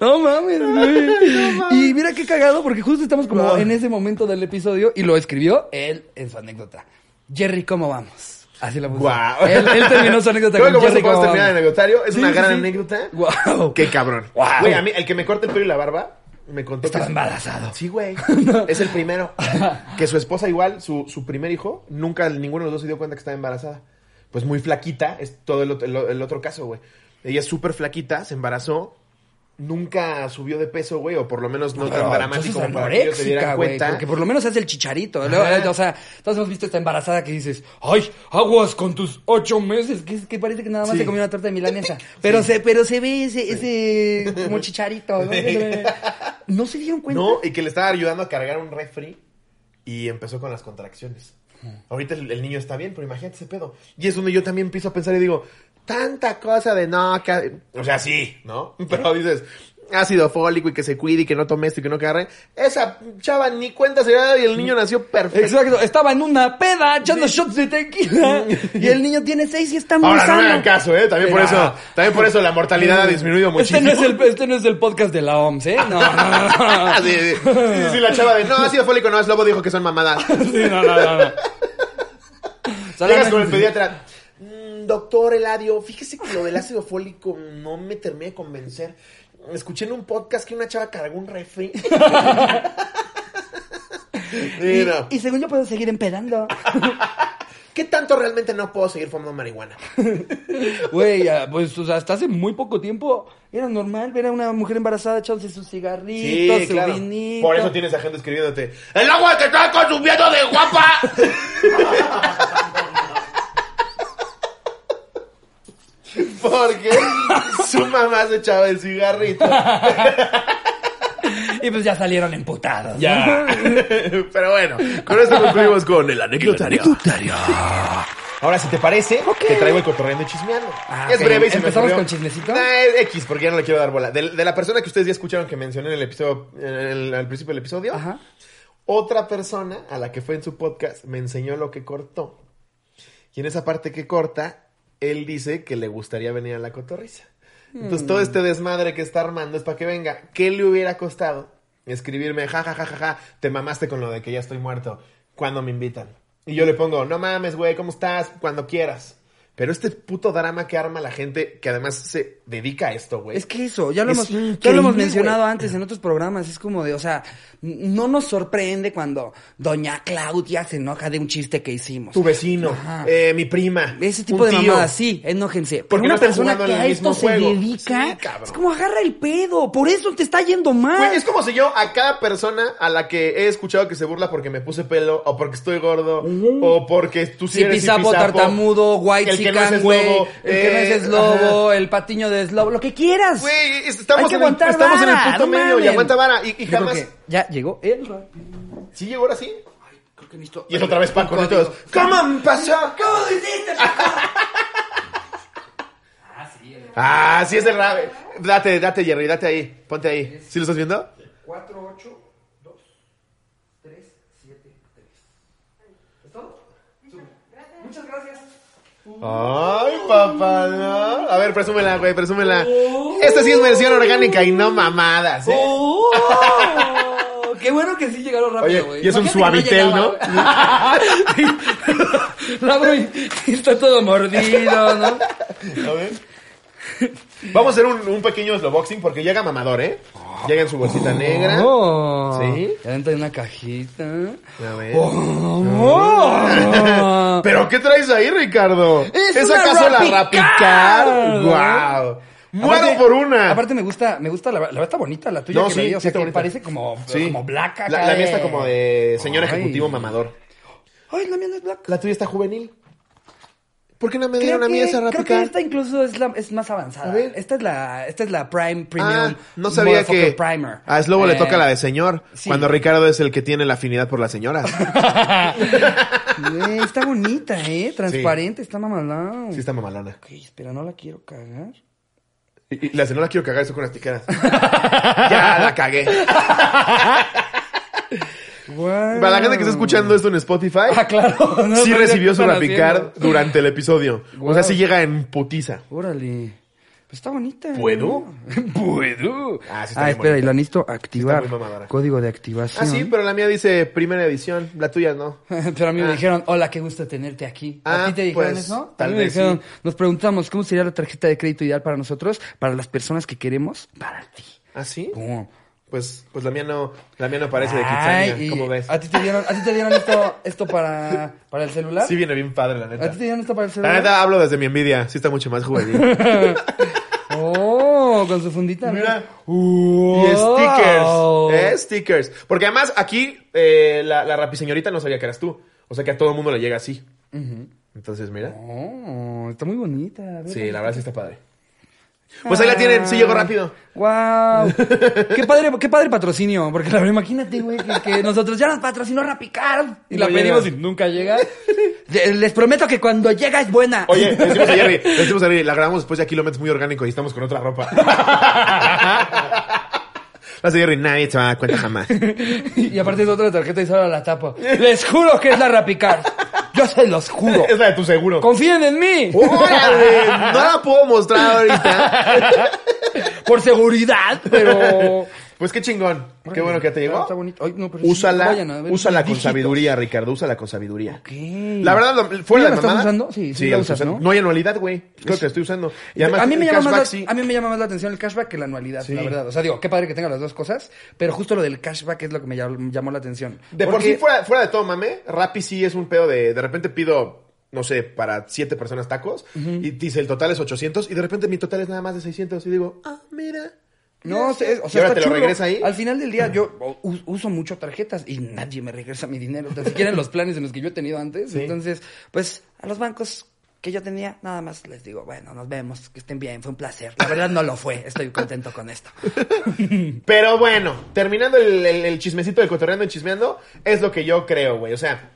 Speaker 1: No mames, güey. Y mira qué cagado, porque justo estamos como en ese momento del episodio y lo escribió él en su anécdota. Jerry, ¿cómo vamos? Así la puso.
Speaker 2: Guau.
Speaker 1: Él, él terminó su anécdota con
Speaker 2: Creo que por
Speaker 1: Jerry, ¿cómo
Speaker 2: eso podemos
Speaker 1: vamos?
Speaker 2: terminar el anecdotario. Es
Speaker 1: Sí,
Speaker 2: una
Speaker 1: sí,
Speaker 2: gran
Speaker 1: sí.
Speaker 2: anécdota.
Speaker 1: Wow.
Speaker 2: Qué cabrón.
Speaker 1: Guau.
Speaker 2: Güey, a mí, el que me corta el pelo y la barba, me contó
Speaker 1: Estaba
Speaker 2: que-
Speaker 1: embarazado.
Speaker 2: Sí, güey. Es el primero. que su esposa igual, su, su primer hijo, nunca ninguno de los dos se dio cuenta que estaba embarazada. Pues muy flaquita, es todo el, ot- el, el otro caso, güey. Ella es súper flaquita, se embarazó, nunca subió de peso, güey, o por lo menos no tan dramático
Speaker 1: Ah, entonces
Speaker 2: como para que ellos se
Speaker 1: anoréxica,
Speaker 2: dieran
Speaker 1: güey,
Speaker 2: cuenta.
Speaker 1: Porque por lo menos hace el chicharito. Luego, eh, o sea, todos hemos visto esta embarazada que dices, ay, aguas con tus ocho meses, que, es- que parece que nada más
Speaker 2: Sí.
Speaker 1: se comió una torta de milanesa. Pero se, pero se ve ese, ese como chicharito. ¿no?
Speaker 2: Sí.
Speaker 1: ¿No se dieron cuenta?
Speaker 2: No, y que le estaba ayudando a cargar un refri y empezó con las contracciones. Ahorita el, el niño está bien, pero imagínate ese pedo. Y es donde yo también empiezo a pensar y digo, tanta cosa de no, que- o sea, sí, ¿no? Pero dices, ácido fólico y que se cuide y que no tome esto y que no cargue. Esa chava ni cuenta se da y el niño nació perfecto.
Speaker 1: Exacto, estaba en una peda echando shots de tequila y el niño tiene seis y está muy
Speaker 2: Ahora, no
Speaker 1: sano.
Speaker 2: me hagan caso, ¿eh? También por,
Speaker 1: Pero-
Speaker 2: eso, también por eso la mortalidad ha disminuido muchísimo.
Speaker 1: Este no, es el, este no es el podcast de la OMS, ¿eh? No, no, no, no.
Speaker 2: Ah, sí, sí, sí, sí, sí, la chava de no, ácido fólico no, es lobo, dijo que son mamadas.
Speaker 1: Sí, no, no, no, no.
Speaker 2: Llegas con el
Speaker 1: Solamente-
Speaker 2: pediatra. "Mm, Doctor Eladio, fíjese que lo del ácido fólico no me terminé de convencer. Escuché en un podcast que una chava cargó un refri.
Speaker 1: Y,
Speaker 2: Mira,
Speaker 1: y según yo puedo seguir empedando.
Speaker 2: ¿qué tanto realmente no puedo seguir fumando marihuana?
Speaker 1: Güey, ah, pues o sea, hasta hace muy poco tiempo era normal ver a una mujer embarazada echándose sus cigarritos, su vinito.
Speaker 2: Por eso tienes a gente escribiéndote. ¡El agua que estás consumiendo de guapa! Porque su mamá se echaba el cigarrito.
Speaker 1: Y pues ya salieron emputados. ¿no?
Speaker 2: Pero bueno, con esto concluimos con el anecdotario. Ahora, si te parece, te traigo el cotorreando y chismeando.
Speaker 1: Ah,
Speaker 2: es
Speaker 1: ok.
Speaker 2: breve y se me
Speaker 1: ¿Empezamos
Speaker 2: ocurrió-
Speaker 1: con chismecito?
Speaker 2: Nah, es X, porque ya no le quiero dar bola. De, de la persona que ustedes ya escucharon que mencioné en el episodio, en el- al principio del episodio,
Speaker 1: Ajá.
Speaker 2: otra persona a la que fue en su podcast me enseñó lo que cortó. Y en esa parte que corta, él dice que le gustaría venir a la cotorriza. Entonces
Speaker 1: Hmm.
Speaker 2: todo este desmadre que está armando es para que venga. ¿Qué le hubiera costado escribirme, ja, ja, ja, ja, ja, te mamaste con lo de que ya estoy muerto? cuando me invitan? Y yo le pongo, no mames, güey, ¿cómo estás? Cuando quieras. Pero este puto drama que arma la gente que además se dedica a esto, güey.
Speaker 1: Es que eso, ya lo,
Speaker 2: Es
Speaker 1: hemos, ya
Speaker 2: increíble,
Speaker 1: lo hemos mencionado
Speaker 2: güey.
Speaker 1: antes en otros programas, es como de, o sea, n- no nos sorprende cuando doña Claudia se enoja de un chiste que hicimos.
Speaker 2: Tu vecino,
Speaker 1: Ajá.
Speaker 2: eh, mi prima.
Speaker 1: Ese tipo de
Speaker 2: un tío.
Speaker 1: mamadas, sí, enójense. Pero
Speaker 2: Porque
Speaker 1: una
Speaker 2: no están
Speaker 1: persona
Speaker 2: jugando
Speaker 1: que
Speaker 2: en el
Speaker 1: a esto se
Speaker 2: mismo juego.
Speaker 1: dedica,
Speaker 2: Sí, cabrón.
Speaker 1: es como agarra el pedo, por eso te está yendo mal.
Speaker 2: Güey, es como si yo a cada persona a la que he escuchado que se burla porque me puse pelo, o porque estoy gordo, o porque tú sí eres
Speaker 1: Zipizapo,
Speaker 2: zipizapo,
Speaker 1: Uh. tartamudo, white
Speaker 2: el que no es
Speaker 1: chican,
Speaker 2: es
Speaker 1: güey,
Speaker 2: lobo,
Speaker 1: el que no
Speaker 2: eh,
Speaker 1: es lobo,
Speaker 2: ajá.
Speaker 1: el patiño de slobo, lo que quieras.
Speaker 2: Güey, es- estamos,
Speaker 1: Hay que
Speaker 2: en, el,
Speaker 1: aguantar
Speaker 2: estamos en el
Speaker 1: vara,
Speaker 2: punto
Speaker 1: no
Speaker 2: medio y
Speaker 1: mamen.
Speaker 2: aguanta vara. Y, y
Speaker 1: Yo creo
Speaker 2: jamás.
Speaker 1: que ya llegó el rap.
Speaker 2: ¿Sí llegó ahora sí?
Speaker 1: Creo que listo.
Speaker 2: Y es otra vez Paco, ¿no? Y todos, ¿Cómo me pasó? ¿Cómo lo hiciste, Ah, sí es el rave. Date, date, Jerry, date ahí. Ponte ahí. ¿Sí lo estás viendo?
Speaker 1: 4, 8, 2, 3, 7, 3. ¿Es todo? Súper. Muchas gracias.
Speaker 2: Ay, papá, no. A ver, presúmela, güey, presúmela.
Speaker 1: Uh.
Speaker 2: Esta sí es versión orgánica y no mamadas, ¿eh?
Speaker 1: ¡Oh! Qué bueno que sí llegaron
Speaker 2: Oye,
Speaker 1: rápido, güey.
Speaker 2: y es un
Speaker 1: Imagínate que
Speaker 2: suavitel, ¿no?
Speaker 1: llegaba, güey. La abro y- y está todo mordido, ¿no?
Speaker 2: A ver. Vamos a hacer un, un pequeño slowboxing porque llega mamador, ¿eh? Llega en su bolsita negra.
Speaker 1: Oh,
Speaker 2: ¿Sí?
Speaker 1: Ya dentro de una cajita.
Speaker 2: A ver.
Speaker 1: Oh.
Speaker 2: ¿Pero qué traes ahí, Ricardo?
Speaker 1: ¡Es
Speaker 2: ¿Es
Speaker 1: una
Speaker 2: acaso la
Speaker 1: Rapicar!
Speaker 2: rapicar? ¡Guau! ¡Muero
Speaker 1: Aparte-
Speaker 2: por una!
Speaker 1: Aparte me gusta, me gusta la, la verdad está bonita la tuya
Speaker 2: No,
Speaker 1: que
Speaker 2: sí,
Speaker 1: veía, o
Speaker 2: sí
Speaker 1: sea
Speaker 2: está
Speaker 1: que
Speaker 2: bonita.
Speaker 1: parece como,
Speaker 2: Sí.
Speaker 1: como blanca.
Speaker 2: La, la mía está como de señor
Speaker 1: Ay.
Speaker 2: ejecutivo mamador.
Speaker 1: Ay, la mía no es blanca.
Speaker 2: La tuya está juvenil. ¿Por qué no me
Speaker 1: Creo
Speaker 2: dieron a mí
Speaker 1: que-
Speaker 2: esa
Speaker 1: Creo que
Speaker 2: rapicar?
Speaker 1: esta incluso es la es más avanzada.
Speaker 2: A ver.
Speaker 1: Esta es la esta es la Prime Premium.
Speaker 2: Ah, no sabía que
Speaker 1: Motherfucker Primer.
Speaker 2: a Slobo le
Speaker 1: Eh,
Speaker 2: toca la de señor,
Speaker 1: sí.
Speaker 2: cuando Ricardo es el que tiene la afinidad por las señoras.
Speaker 1: güey, está bonita, eh, transparente, está mamalón.
Speaker 2: sí está mamalona.
Speaker 1: Ok, espera, no la quiero cagar.
Speaker 2: Y, y las de no la quiero cagar, eso con las tijeras. ya la cagué. Para la gente que está escuchando esto en Spotify,
Speaker 1: Ah, claro. No
Speaker 2: sí
Speaker 1: sabía
Speaker 2: recibió
Speaker 1: qué
Speaker 2: su
Speaker 1: están
Speaker 2: Rapicard
Speaker 1: haciendo.
Speaker 2: durante el episodio. O sea,
Speaker 1: Guau.
Speaker 2: sí llega en putiza.
Speaker 1: Órale. Pues está bonita.
Speaker 2: ¿Puedo?
Speaker 1: ¿Puedo?
Speaker 2: Ah, sí está
Speaker 1: ah
Speaker 2: bien
Speaker 1: espera,
Speaker 2: bonita.
Speaker 1: y la necesito activar.
Speaker 2: muy mamadora.
Speaker 1: Código de activación.
Speaker 2: Ah, sí, pero la mía dice primera edición, la tuya no.
Speaker 1: Pero a mí me dijeron, hola, qué gusto tenerte aquí.
Speaker 2: Ah,
Speaker 1: ¿A ti te dijeron
Speaker 2: pues,
Speaker 1: eso?
Speaker 2: tal
Speaker 1: a mí me
Speaker 2: vez
Speaker 1: dijeron, nos preguntamos, ¿cómo sería la tarjeta de crédito ideal para nosotros? Para las personas que queremos, para ti.
Speaker 2: ¿Ah, sí?
Speaker 1: ¿Cómo?
Speaker 2: Pues, pues la mía no, la mía no parece de
Speaker 1: Ay,
Speaker 2: Kitsania,
Speaker 1: y-
Speaker 2: ¿cómo ves?
Speaker 1: ¿A ti te dieron, a ti te dieron esto, esto para, para el celular?
Speaker 2: Sí viene bien padre, la
Speaker 1: ¿A
Speaker 2: neta.
Speaker 1: ti te dieron esto para el
Speaker 2: La
Speaker 1: celular?
Speaker 2: neta hablo desde mi envidia, sí está mucho más juvenil.
Speaker 1: Oh, con su fundita.
Speaker 2: Mira.
Speaker 1: Wow. Oh,
Speaker 2: Y stickers, ¿eh? stickers. Porque además aquí eh, la, la rapiseñorita no sabía que eras tú. O sea que a todo el mundo le llega así. Entonces, mira.
Speaker 1: Oh, está muy bonita. a ver.
Speaker 2: Sí, la verdad sí está padre. Pues ahí la tienen, sí llegó rápido.
Speaker 1: Wow. Qué padre, qué padre patrocinio, porque la verdad, imagínate, güey, que, que nosotros ya nos patrocinó Rapicard y la
Speaker 2: No
Speaker 1: pedimos
Speaker 2: llega.
Speaker 1: y nunca llega. De- Les prometo que cuando llega es buena.
Speaker 2: Oye, le decimos a Jerry, le decimos a Jerry, la grabamos después de aquí, lo metes muy orgánico y estamos con otra ropa. La Jerry, nadie se va a dar cuenta jamás.
Speaker 1: y aparte es otra tarjeta y solo la tapa. Les juro que es la Rapicard. Yo se los juro.
Speaker 2: Es la de tu seguro.
Speaker 1: Confíen en mí.
Speaker 2: ¡Órale! No la puedo mostrar ahorita.
Speaker 1: Por seguridad, pero
Speaker 2: Pues qué chingón. Qué bueno que ya te llegó.
Speaker 1: Está bonito. Ay, no, pero sí,
Speaker 2: Úsala,
Speaker 1: vayan a ver
Speaker 2: úsala
Speaker 1: sus
Speaker 2: con
Speaker 1: dígitos.
Speaker 2: sabiduría, Ricardo. Úsala con sabiduría.
Speaker 1: Ok.
Speaker 2: La verdad, lo- fuera
Speaker 1: ¿Tú ya
Speaker 2: de
Speaker 1: la estás
Speaker 2: mamada.
Speaker 1: usando? Sí, sí la
Speaker 2: ya lo
Speaker 1: usas,
Speaker 2: estoy usando.
Speaker 1: ¿no?
Speaker 2: No hay anualidad, güey. Creo que la estoy usando. Y además,
Speaker 1: a, mí me
Speaker 2: el
Speaker 1: llama más la,
Speaker 2: cashback sí.
Speaker 1: a mí me llama más la atención el cashback que la anualidad,
Speaker 2: Sí.
Speaker 1: la verdad. O sea, digo, qué padre que tenga las dos cosas, pero justo lo del cashback es lo que me llam- llamó la atención.
Speaker 2: De por
Speaker 1: Porque-
Speaker 2: sí, fuera, fuera de todo, mame, Rappi sí es un pedo de... De repente pido, no sé, para siete personas tacos. Y dice, el total es 800. Y de repente mi total es nada más de 600. Y digo, ah, mira.
Speaker 1: No, se- o
Speaker 2: ¿Y
Speaker 1: sea,
Speaker 2: ahora
Speaker 1: está
Speaker 2: te lo
Speaker 1: chulo.
Speaker 2: regresa ahí?
Speaker 1: Al final del día yo u- uso mucho tarjetas y nadie me regresa mi dinero, tan siquiera en los planes en los que yo he tenido antes.
Speaker 2: Sí.
Speaker 1: Entonces, pues a los bancos que yo tenía, nada más les digo, bueno, nos vemos, que estén bien, fue un placer. La verdad no lo fue, estoy contento con esto.
Speaker 2: Pero bueno, terminando el, el- el chismecito del cotorreando y chismeando, es lo que yo creo, güey. O sea,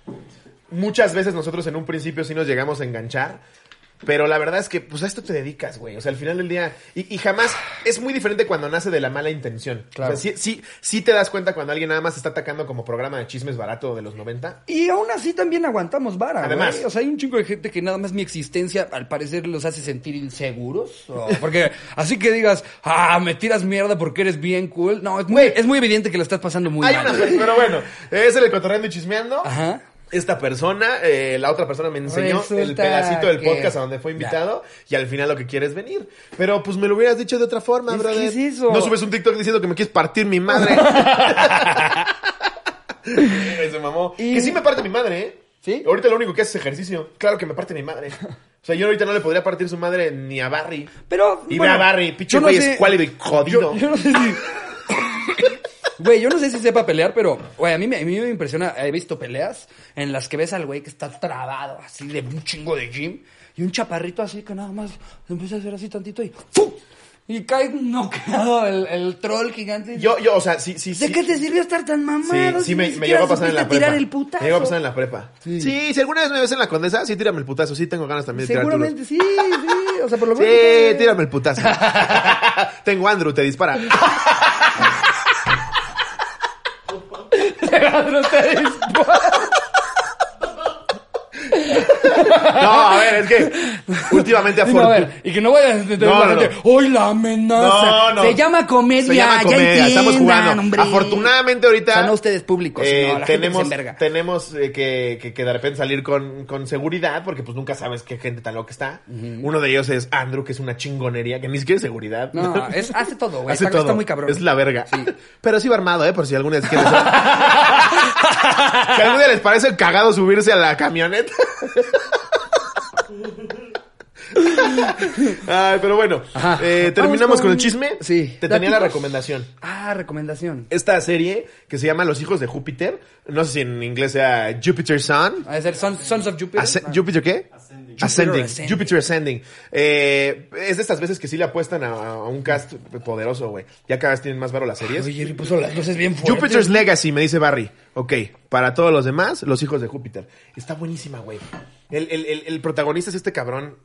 Speaker 2: muchas veces nosotros en un principio sí nos llegamos a enganchar. Pero la verdad es que, pues a esto te dedicas, güey. O sea, al final del día. Y, y jamás. Es muy diferente cuando nace de la mala intención.
Speaker 1: Claro.
Speaker 2: O sea, sí, sí, sí te das cuenta cuando alguien nada más está atacando como programa de chismes barato de los 90.
Speaker 1: Y aún así también aguantamos vara. güey.
Speaker 2: Además.
Speaker 1: O sea, hay un chingo de gente que nada más mi existencia al parecer los hace sentir inseguros. o- porque así que digas, ah, me tiras mierda porque eres bien cool. No, es muy, es muy evidente que lo estás pasando muy
Speaker 2: Hay
Speaker 1: mal.
Speaker 2: una. Pero bueno, es el cotorreando y chismeando.
Speaker 1: Ajá.
Speaker 2: Esta persona, eh, la otra persona me enseñó el
Speaker 1: Resulta
Speaker 2: pedacito del
Speaker 1: que-
Speaker 2: podcast a donde fue invitado y al final lo que quieres es venir. Pero pues me lo hubieras dicho de otra forma,
Speaker 1: Es que
Speaker 2: brother.
Speaker 1: es eso.
Speaker 2: No subes un TikTok diciendo que me quieres partir mi madre. Se mamó.
Speaker 1: Y-
Speaker 2: Que sí me parte mi madre, ¿eh?
Speaker 1: ¿Sí?
Speaker 2: Ahorita lo único que hace es ejercicio. Claro que me parte mi madre. O sea, yo ahorita no le podría partir su madre ni a Barry.
Speaker 1: Pero.
Speaker 2: Y ve
Speaker 1: bueno,
Speaker 2: a Barry, pinche
Speaker 1: yo no
Speaker 2: güey
Speaker 1: sé-
Speaker 2: escuálido y jodido.
Speaker 1: Yo, yo no sé si. Güey, yo no sé si sepa pelear, pero, güey, a mí, me, a mí me impresiona. He visto peleas en las que ves al güey que está trabado, así de un chingo de gym, y un chaparrito así que nada más empieza a hacer así tantito y ¡fum! Y cae noqueado el, el troll gigante.
Speaker 2: Yo, yo, o sea, sí, sí,
Speaker 1: ¿De
Speaker 2: sí.
Speaker 1: qué te sirvió estar tan mamado? si
Speaker 2: Sí, sí, me,
Speaker 1: ni
Speaker 2: me llegó
Speaker 1: siquiera
Speaker 2: a pasar en la
Speaker 1: supiste
Speaker 2: prepa.
Speaker 1: tirar el putazo?
Speaker 2: Me llegó a pasar en la prepa. Sí.
Speaker 1: Sí.
Speaker 2: si alguna vez me ves en la condesa, sí, tírame el putazo. Sí, tengo ganas también de tirar
Speaker 1: Seguramente sí, sí. O sea, por lo
Speaker 2: Sí,
Speaker 1: menos.
Speaker 2: tírame el putazo. tengo Andrew, te dispara.
Speaker 1: Alejandro, te dispara.
Speaker 2: No, a ver, es que últimamente a
Speaker 1: Digo, a
Speaker 2: fortuna.
Speaker 1: ver, y que no vayan a entender
Speaker 2: No,
Speaker 1: la
Speaker 2: no,
Speaker 1: gente. ¡Ay, la amenaza!
Speaker 2: No, no.
Speaker 1: Se llama comedia.
Speaker 2: Se llama
Speaker 1: ya
Speaker 2: comedia, estamos
Speaker 1: entiendan,
Speaker 2: jugando.
Speaker 1: hombre.
Speaker 2: Afortunadamente ahorita.
Speaker 1: O sea, no ustedes públicos,
Speaker 2: eh,
Speaker 1: sino la gente que
Speaker 2: tenemos,
Speaker 1: se enverga.
Speaker 2: tenemos eh, que, que, que de repente salir con, con seguridad, porque pues nunca sabes qué gente tan loca está. Uno de ellos es Andrew, que es una chingonería, que ni siquiera es seguridad.
Speaker 1: No, es- hace todo, güey.
Speaker 2: Hace
Speaker 1: Está,
Speaker 2: todo.
Speaker 1: está muy cabrón.
Speaker 2: Es la verga.
Speaker 1: Sí.
Speaker 2: Pero sí va armado, ¿eh? Por si alguna vez quieres. si algún día les parece cagado subirse a la camioneta. Ay, pero bueno.
Speaker 1: Ajá.
Speaker 2: Eh,
Speaker 1: Vamos
Speaker 2: terminamos con...
Speaker 1: con-
Speaker 2: el chisme.
Speaker 1: Sí.
Speaker 2: Te tenía la
Speaker 1: Datitos.
Speaker 2: recomendación.
Speaker 1: Ah, recomendación.
Speaker 2: Esta serie que se llama Los hijos de Júpiter. No sé si en inglés sea Jupiter Sun.
Speaker 1: Ha de ser Sons, Sons of Jupiter. Ah.
Speaker 2: Asce- ¿Júpiter qué? Ascending.
Speaker 1: Ascending.
Speaker 2: Jupiter Ascending. Eh, es de estas veces que sí le apuestan a, a un cast poderoso, güey. Ya cada vez tienen más varo las series.
Speaker 1: Oye, Jerry puso las luces bien fuertes.
Speaker 2: Jupiter's Legacy, me dice Barry. Ok, para todos los demás, los hijos de Júpiter. Está buenísima, güey. El, el- el- el protagonista es este cabrón.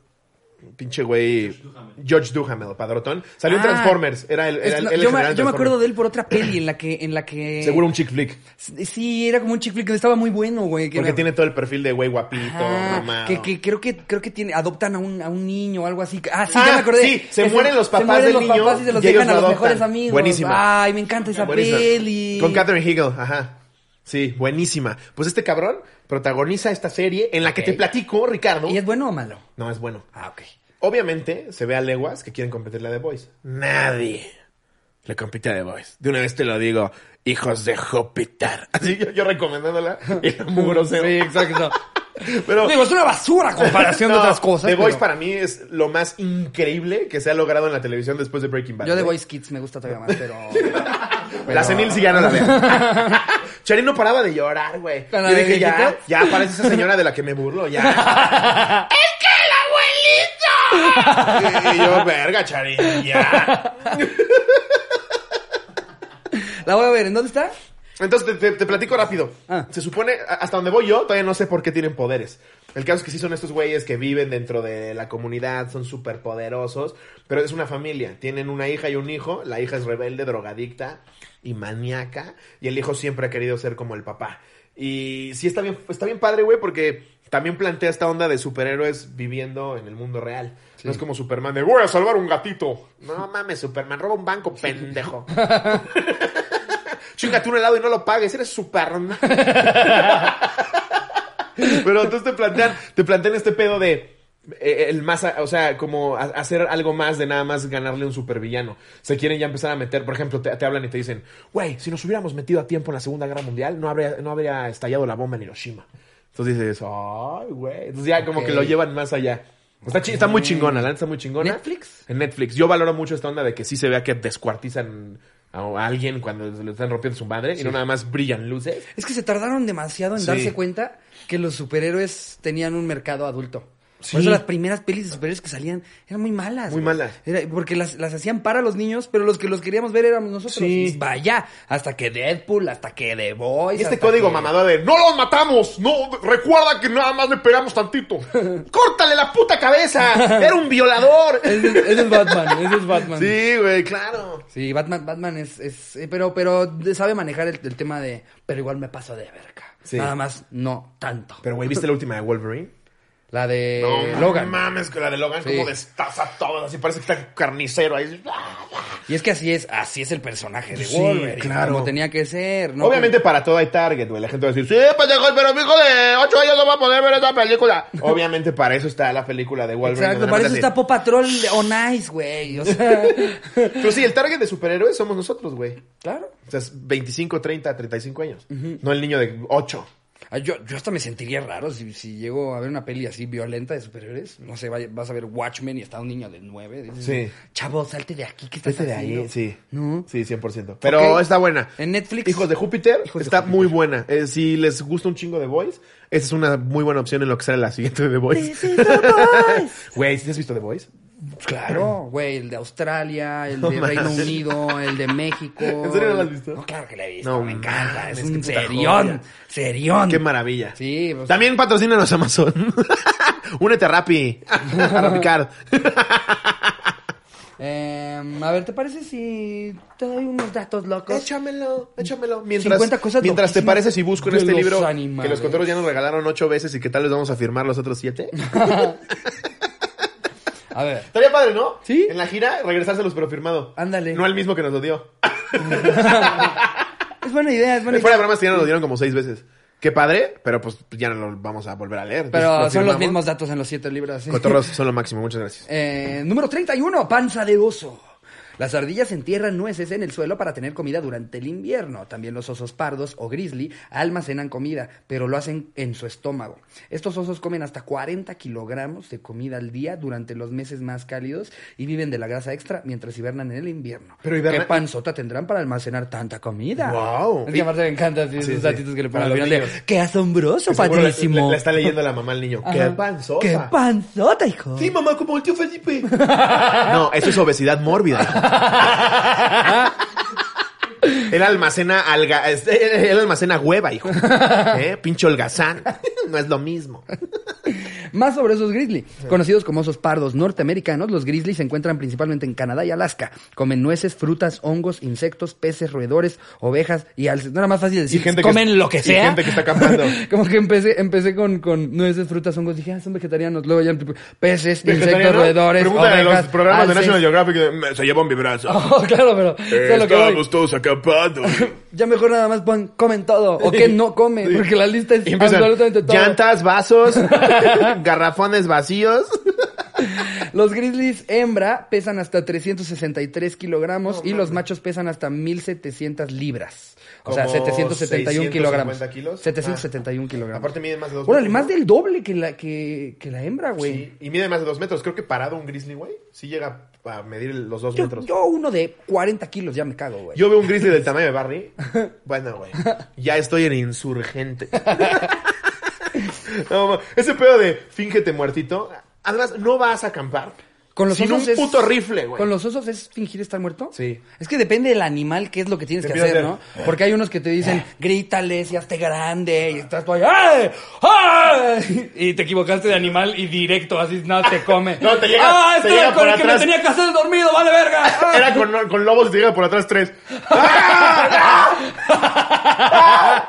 Speaker 2: pinche güey. George Duhamel, padrotón. Salió en
Speaker 1: Ah.
Speaker 2: Transformers. Era el,
Speaker 1: Es-
Speaker 2: era el-
Speaker 1: no,
Speaker 2: él el
Speaker 1: yo, me, yo
Speaker 2: general
Speaker 1: me
Speaker 2: Transformers.
Speaker 1: acuerdo de él por otra peli en la que. En la que
Speaker 2: Seguro un chick flick.
Speaker 1: Sí, era como un chick flick que estaba muy bueno, güey. que
Speaker 2: Porque
Speaker 1: era-
Speaker 2: tiene todo el perfil de güey guapito,
Speaker 1: Ah,
Speaker 2: mamado.
Speaker 1: que, que creo que creo que tiene adoptan a un, a un niño o algo así. Ah, sí,
Speaker 2: Ah,
Speaker 1: ya me acordé.
Speaker 2: sí, se
Speaker 1: Que
Speaker 2: mueren los papás
Speaker 1: mueren
Speaker 2: del
Speaker 1: los
Speaker 2: niño
Speaker 1: papás y se los
Speaker 2: y ellos
Speaker 1: dejan a
Speaker 2: lo
Speaker 1: los
Speaker 2: adoptan.
Speaker 1: mejores amigos.
Speaker 2: Buenísima.
Speaker 1: Ay, me encanta esa
Speaker 2: Buenísima.
Speaker 1: peli.
Speaker 2: Con Catherine Hegel, ajá. Sí, buenísima. Pues este cabrón protagoniza esta serie en la que
Speaker 1: Ok.
Speaker 2: te platico, Ricardo.
Speaker 1: ¿Y es bueno o malo?
Speaker 2: No, es bueno.
Speaker 1: Ah, ok.
Speaker 2: Obviamente, se ve a leguas que quieren competirle a The Voice. Nadie le compite a The Voice. De una vez te lo digo, hijos de Júpiter. Así yo, yo recomendándola y era muy grosero.
Speaker 1: Sí, exacto.
Speaker 2: Pero,
Speaker 1: Digo, es una basura a comparación
Speaker 2: No,
Speaker 1: de otras cosas.
Speaker 2: The Voice
Speaker 1: pero
Speaker 2: para mí es lo más increíble que se ha logrado en la televisión después de Breaking Bad.
Speaker 1: Yo de
Speaker 2: ¿eh?
Speaker 1: Voice Kids me gusta todavía más, pero.
Speaker 2: La senil sí ya no la veo. Charín no paraba de llorar, güey.
Speaker 1: ¿Con la
Speaker 2: Yo
Speaker 1: de
Speaker 2: dije, ya,
Speaker 1: viejitas?
Speaker 2: ya parece esa señora de la que me burlo, ya. ¡Es que el abuelito! Y yo, verga, Charín, ya.
Speaker 1: La voy a ver, ¿en dónde está?
Speaker 2: Entonces te, te- te platico rápido.
Speaker 1: Ah.
Speaker 2: Se supone, a- hasta donde voy yo, todavía no sé por qué tienen poderes. El caso es que sí son estos güeyes que viven dentro de la comunidad, son súper poderosos, pero es una familia. Tienen una hija y un hijo. La hija es rebelde, drogadicta y maníaca. Y el hijo siempre ha querido ser como el papá. Y sí está bien, está bien padre, güey, porque también plantea esta onda de superhéroes viviendo en el mundo real. No es como Superman de voy a salvar un gatito. No mames, Superman, roba un banco, pendejo. Chingate un helado y no lo pagues, eres Superman. Pero entonces te plantean, te plantean este pedo de eh, el más, a- o sea, como a- hacer algo más de nada más ganarle un supervillano. Se quieren ya empezar a meter, por ejemplo, te, te hablan y te dicen, güey, si nos hubiéramos metido a tiempo en la Segunda Guerra Mundial, no habría, no habría estallado la bomba en Hiroshima. Entonces dices, ay, güey. Entonces ya como
Speaker 1: Ok.
Speaker 2: que lo llevan más allá. Está, chi- está muy chingona, la neta está muy chingona.
Speaker 1: ¿Netflix?
Speaker 2: En Netflix. Yo valoro mucho esta onda de que sí se vea que descuartizan a alguien cuando se le están rompiendo su madre y no nada más brillan luces.
Speaker 1: Es que se tardaron demasiado en
Speaker 2: Sí.
Speaker 1: darse cuenta que los superhéroes tenían un mercado adulto.
Speaker 2: Sí.
Speaker 1: Por eso las primeras pelis de superhéroes que salían eran muy malas.
Speaker 2: Muy
Speaker 1: güey.
Speaker 2: malas.
Speaker 1: Era- porque las, las hacían para los niños, pero los que los queríamos ver éramos nosotros.
Speaker 2: Sí.
Speaker 1: Y vaya, hasta que Deadpool, hasta que The Voice.
Speaker 2: Este
Speaker 1: hasta
Speaker 2: código
Speaker 1: que-
Speaker 2: mamador de no los matamos, no, recuerda que nada más le pegamos tantito. ¡Córtale la puta cabeza! ¡Era un violador!
Speaker 1: Ese es, ese es Batman, ese es Batman. Sí,
Speaker 2: sí, güey, claro.
Speaker 1: Batman, Batman es, es- eh, pero, pero sabe manejar el, el tema de, pero igual me paso de verga.
Speaker 2: Sí.
Speaker 1: Nada más, no tanto.
Speaker 2: Pero, güey, ¿viste la última de Wolverine?
Speaker 1: La de Eh, Logan.
Speaker 2: mames, que la de Logan
Speaker 1: Sí.
Speaker 2: como destaza todo, así parece que está carnicero ahí.
Speaker 1: Y es que así es, así es el personaje de
Speaker 2: Sí,
Speaker 1: Wolverine.
Speaker 2: claro.
Speaker 1: Como tenía que ser, ¿no?
Speaker 2: Obviamente para todo hay target, güey. La gente va a decir, sí, pendejo, pero mi hijo de 8 años no va a poder ver esa película. Obviamente para eso está la película de Wolverine.
Speaker 1: Exacto,
Speaker 2: donde
Speaker 1: para eso
Speaker 2: nada
Speaker 1: está
Speaker 2: más
Speaker 1: Pop Patrol on Ice, güey. O sea,
Speaker 2: le- Pero sí, el target de superhéroes somos nosotros, güey.
Speaker 1: claro.
Speaker 2: O sea, es 25, 30, 35 años. No el niño de 8.
Speaker 1: Ah, Yo, yo hasta me sentiría raro si, si llego a ver una peli así violenta de superhéroes. No sé, vaya- vas a ver Watchmen y está un niño de nueve. Dices,
Speaker 2: Sí.
Speaker 1: Chavo, salte de aquí, ¿qué estás haciendo?
Speaker 2: sí.
Speaker 1: ¿No?
Speaker 2: Sí, 100%. Pero
Speaker 1: Ok.
Speaker 2: está buena.
Speaker 1: En Netflix.
Speaker 2: Hijos de Júpiter
Speaker 1: Hijos de
Speaker 2: está
Speaker 1: Júpiter.
Speaker 2: muy buena. Eh, si les gusta un chingo de Voice, esa es una muy buena opción en lo que sale la siguiente de The Voice. Güey, ¿sí has visto The Voice?
Speaker 1: Pues Claro, güey, el de Australia, el de
Speaker 2: No
Speaker 1: Reino
Speaker 2: mames.
Speaker 1: Unido, el de México.
Speaker 2: ¿En serio no lo has visto?
Speaker 1: No, claro que la he visto.
Speaker 2: No
Speaker 1: me encanta, es
Speaker 2: mames,
Speaker 1: un
Speaker 2: qué puta
Speaker 1: serión,
Speaker 2: joya.
Speaker 1: serión.
Speaker 2: Qué maravilla.
Speaker 1: Sí, pues-
Speaker 2: También patrocínanos Amazon. Únete a Rappi. A Rapicard.
Speaker 1: Eh, a ver, ¿te parece si te doy unos datos locos?
Speaker 2: Échamelo, échamelo. Mientras,
Speaker 1: 50 cosas
Speaker 2: mientras te
Speaker 1: loquísimas
Speaker 2: parece, si busco en
Speaker 1: de
Speaker 2: este
Speaker 1: los
Speaker 2: libro que
Speaker 1: animales.
Speaker 2: los conteros ya nos regalaron ocho veces y que tal les vamos a firmar los otros siete.
Speaker 1: A ver.
Speaker 2: Estaría padre, ¿no?
Speaker 1: Sí.
Speaker 2: En la gira, regresárselos pero firmado.
Speaker 1: Ándale. Ah,
Speaker 2: No el mismo que nos lo dio.
Speaker 1: Es buena idea, es buena idea.
Speaker 2: Fuera de bromas, que ya nos lo dieron como seis veces. Qué padre, pero pues ya no lo vamos a volver a leer.
Speaker 1: Pero
Speaker 2: Entonces, lo
Speaker 1: son los
Speaker 2: firmamos.
Speaker 1: mismos datos en los siete libros. sí.
Speaker 2: Cotorros son lo máximo, muchas gracias.
Speaker 1: Eh, número 31, panza de oso. Las ardillas entierran nueces en el suelo para tener comida durante el invierno. También los osos pardos o grizzly almacenan comida, pero lo hacen en su estómago. Estos osos comen hasta 40 kilogramos de comida al día durante los meses más cálidos y viven de la grasa extra mientras hibernan en el invierno.
Speaker 2: Pero hiberna-
Speaker 1: ¿Qué panzota tendrán para almacenar tanta comida?
Speaker 2: Guau.
Speaker 1: Es que aparte me encanta así,
Speaker 2: Sí,
Speaker 1: esos
Speaker 2: sí.
Speaker 1: datitos que le
Speaker 2: Para
Speaker 1: ponen al
Speaker 2: los
Speaker 1: final de,
Speaker 2: niños.
Speaker 1: ¡Qué asombroso,
Speaker 2: Seguro le-
Speaker 1: padrísimo!
Speaker 2: le- La está leyendo la mamá al niño.
Speaker 1: Ajá.
Speaker 2: ¡Qué panzota!
Speaker 1: ¡Qué panzota, hijo!
Speaker 2: Sí, mamá, como el tío Felipe. No, eso es obesidad mórbida. Él almacena alga, este, él almacena hueva, hijo. ¿Eh? Pinche holgazán. No es lo mismo.
Speaker 1: Más sobre esos grizzly. Conocidos como osos pardos norteamericanos, los grizzly se encuentran principalmente en Canadá y Alaska. Comen nueces, frutas, hongos, insectos, peces, roedores, ovejas y alces. No era más fácil decir,
Speaker 2: gente que-
Speaker 1: comen lo
Speaker 2: y
Speaker 1: que sea.
Speaker 2: gente que está acampando.
Speaker 1: Como que empecé, empecé con, con nueces, frutas, hongos. Dije, ah, son vegetarianos. Luego ya tipo, peces, insectos,
Speaker 2: Vegetariano,
Speaker 1: roedores,
Speaker 2: Pregúntale a los
Speaker 1: ovejas,
Speaker 2: programas de
Speaker 1: alces.
Speaker 2: National Geographic. de, "Me- Se llevan mi brazo.
Speaker 1: Oh, claro, pero...
Speaker 2: Eh,
Speaker 1: sé lo que voy.
Speaker 2: estábamos todos acampando.
Speaker 1: Ya mejor nada más pongan, comen todo. O que no comen. Porque la lista es
Speaker 2: Y empiezan,
Speaker 1: absolutamente todo.
Speaker 2: Llantas, vasos, garrafones vacíos.
Speaker 1: Los grizzlies hembra pesan hasta 363 kilogramos y los machos pesan hasta 1700 libras. O sea,
Speaker 2: Como
Speaker 1: 771 kilogramos.
Speaker 2: 650 kilos. Ah.
Speaker 1: 771 kilogramos.
Speaker 2: Aparte miden más de dos
Speaker 1: Órale,
Speaker 2: metros,
Speaker 1: más del doble que la, que, que la hembra, güey.
Speaker 2: Sí, y mide más de dos metros. Creo que parado un grizzly, güey, sí llega a medir los dos
Speaker 1: Yo,
Speaker 2: metros. Yo,
Speaker 1: yo uno de 40 kilos ya me cago, güey.
Speaker 2: veo un grizzly del tamaño de Barney. Bueno, güey, ya estoy en insurgente. No, ma- ese pedo de fíngete muertito. Además, no vas a acampar.
Speaker 1: Con los
Speaker 2: sin un
Speaker 1: osos es-
Speaker 2: puto rifle, güey.
Speaker 1: ¿Con los osos es fingir estar muerto?
Speaker 2: Sí.
Speaker 1: Es que depende del animal qué es lo que tienes
Speaker 2: Te
Speaker 1: que
Speaker 2: empieza
Speaker 1: hacer,
Speaker 2: a
Speaker 1: ¿no?
Speaker 2: hacer,
Speaker 1: Porque hay unos que te dicen, grítales y hazte grande, y estás tú ahí, ¡ay! ¡ay! Y te equivocaste de animal y directo, así nada, te come.
Speaker 2: No, te llega-
Speaker 1: ¡Ah, este
Speaker 2: te llega
Speaker 1: era con
Speaker 2: por
Speaker 1: el que me
Speaker 2: atrás.
Speaker 1: tenía que hacer dormido, vale verga! ¡Ah!
Speaker 2: Era con, con lobos y te llega por atrás tres.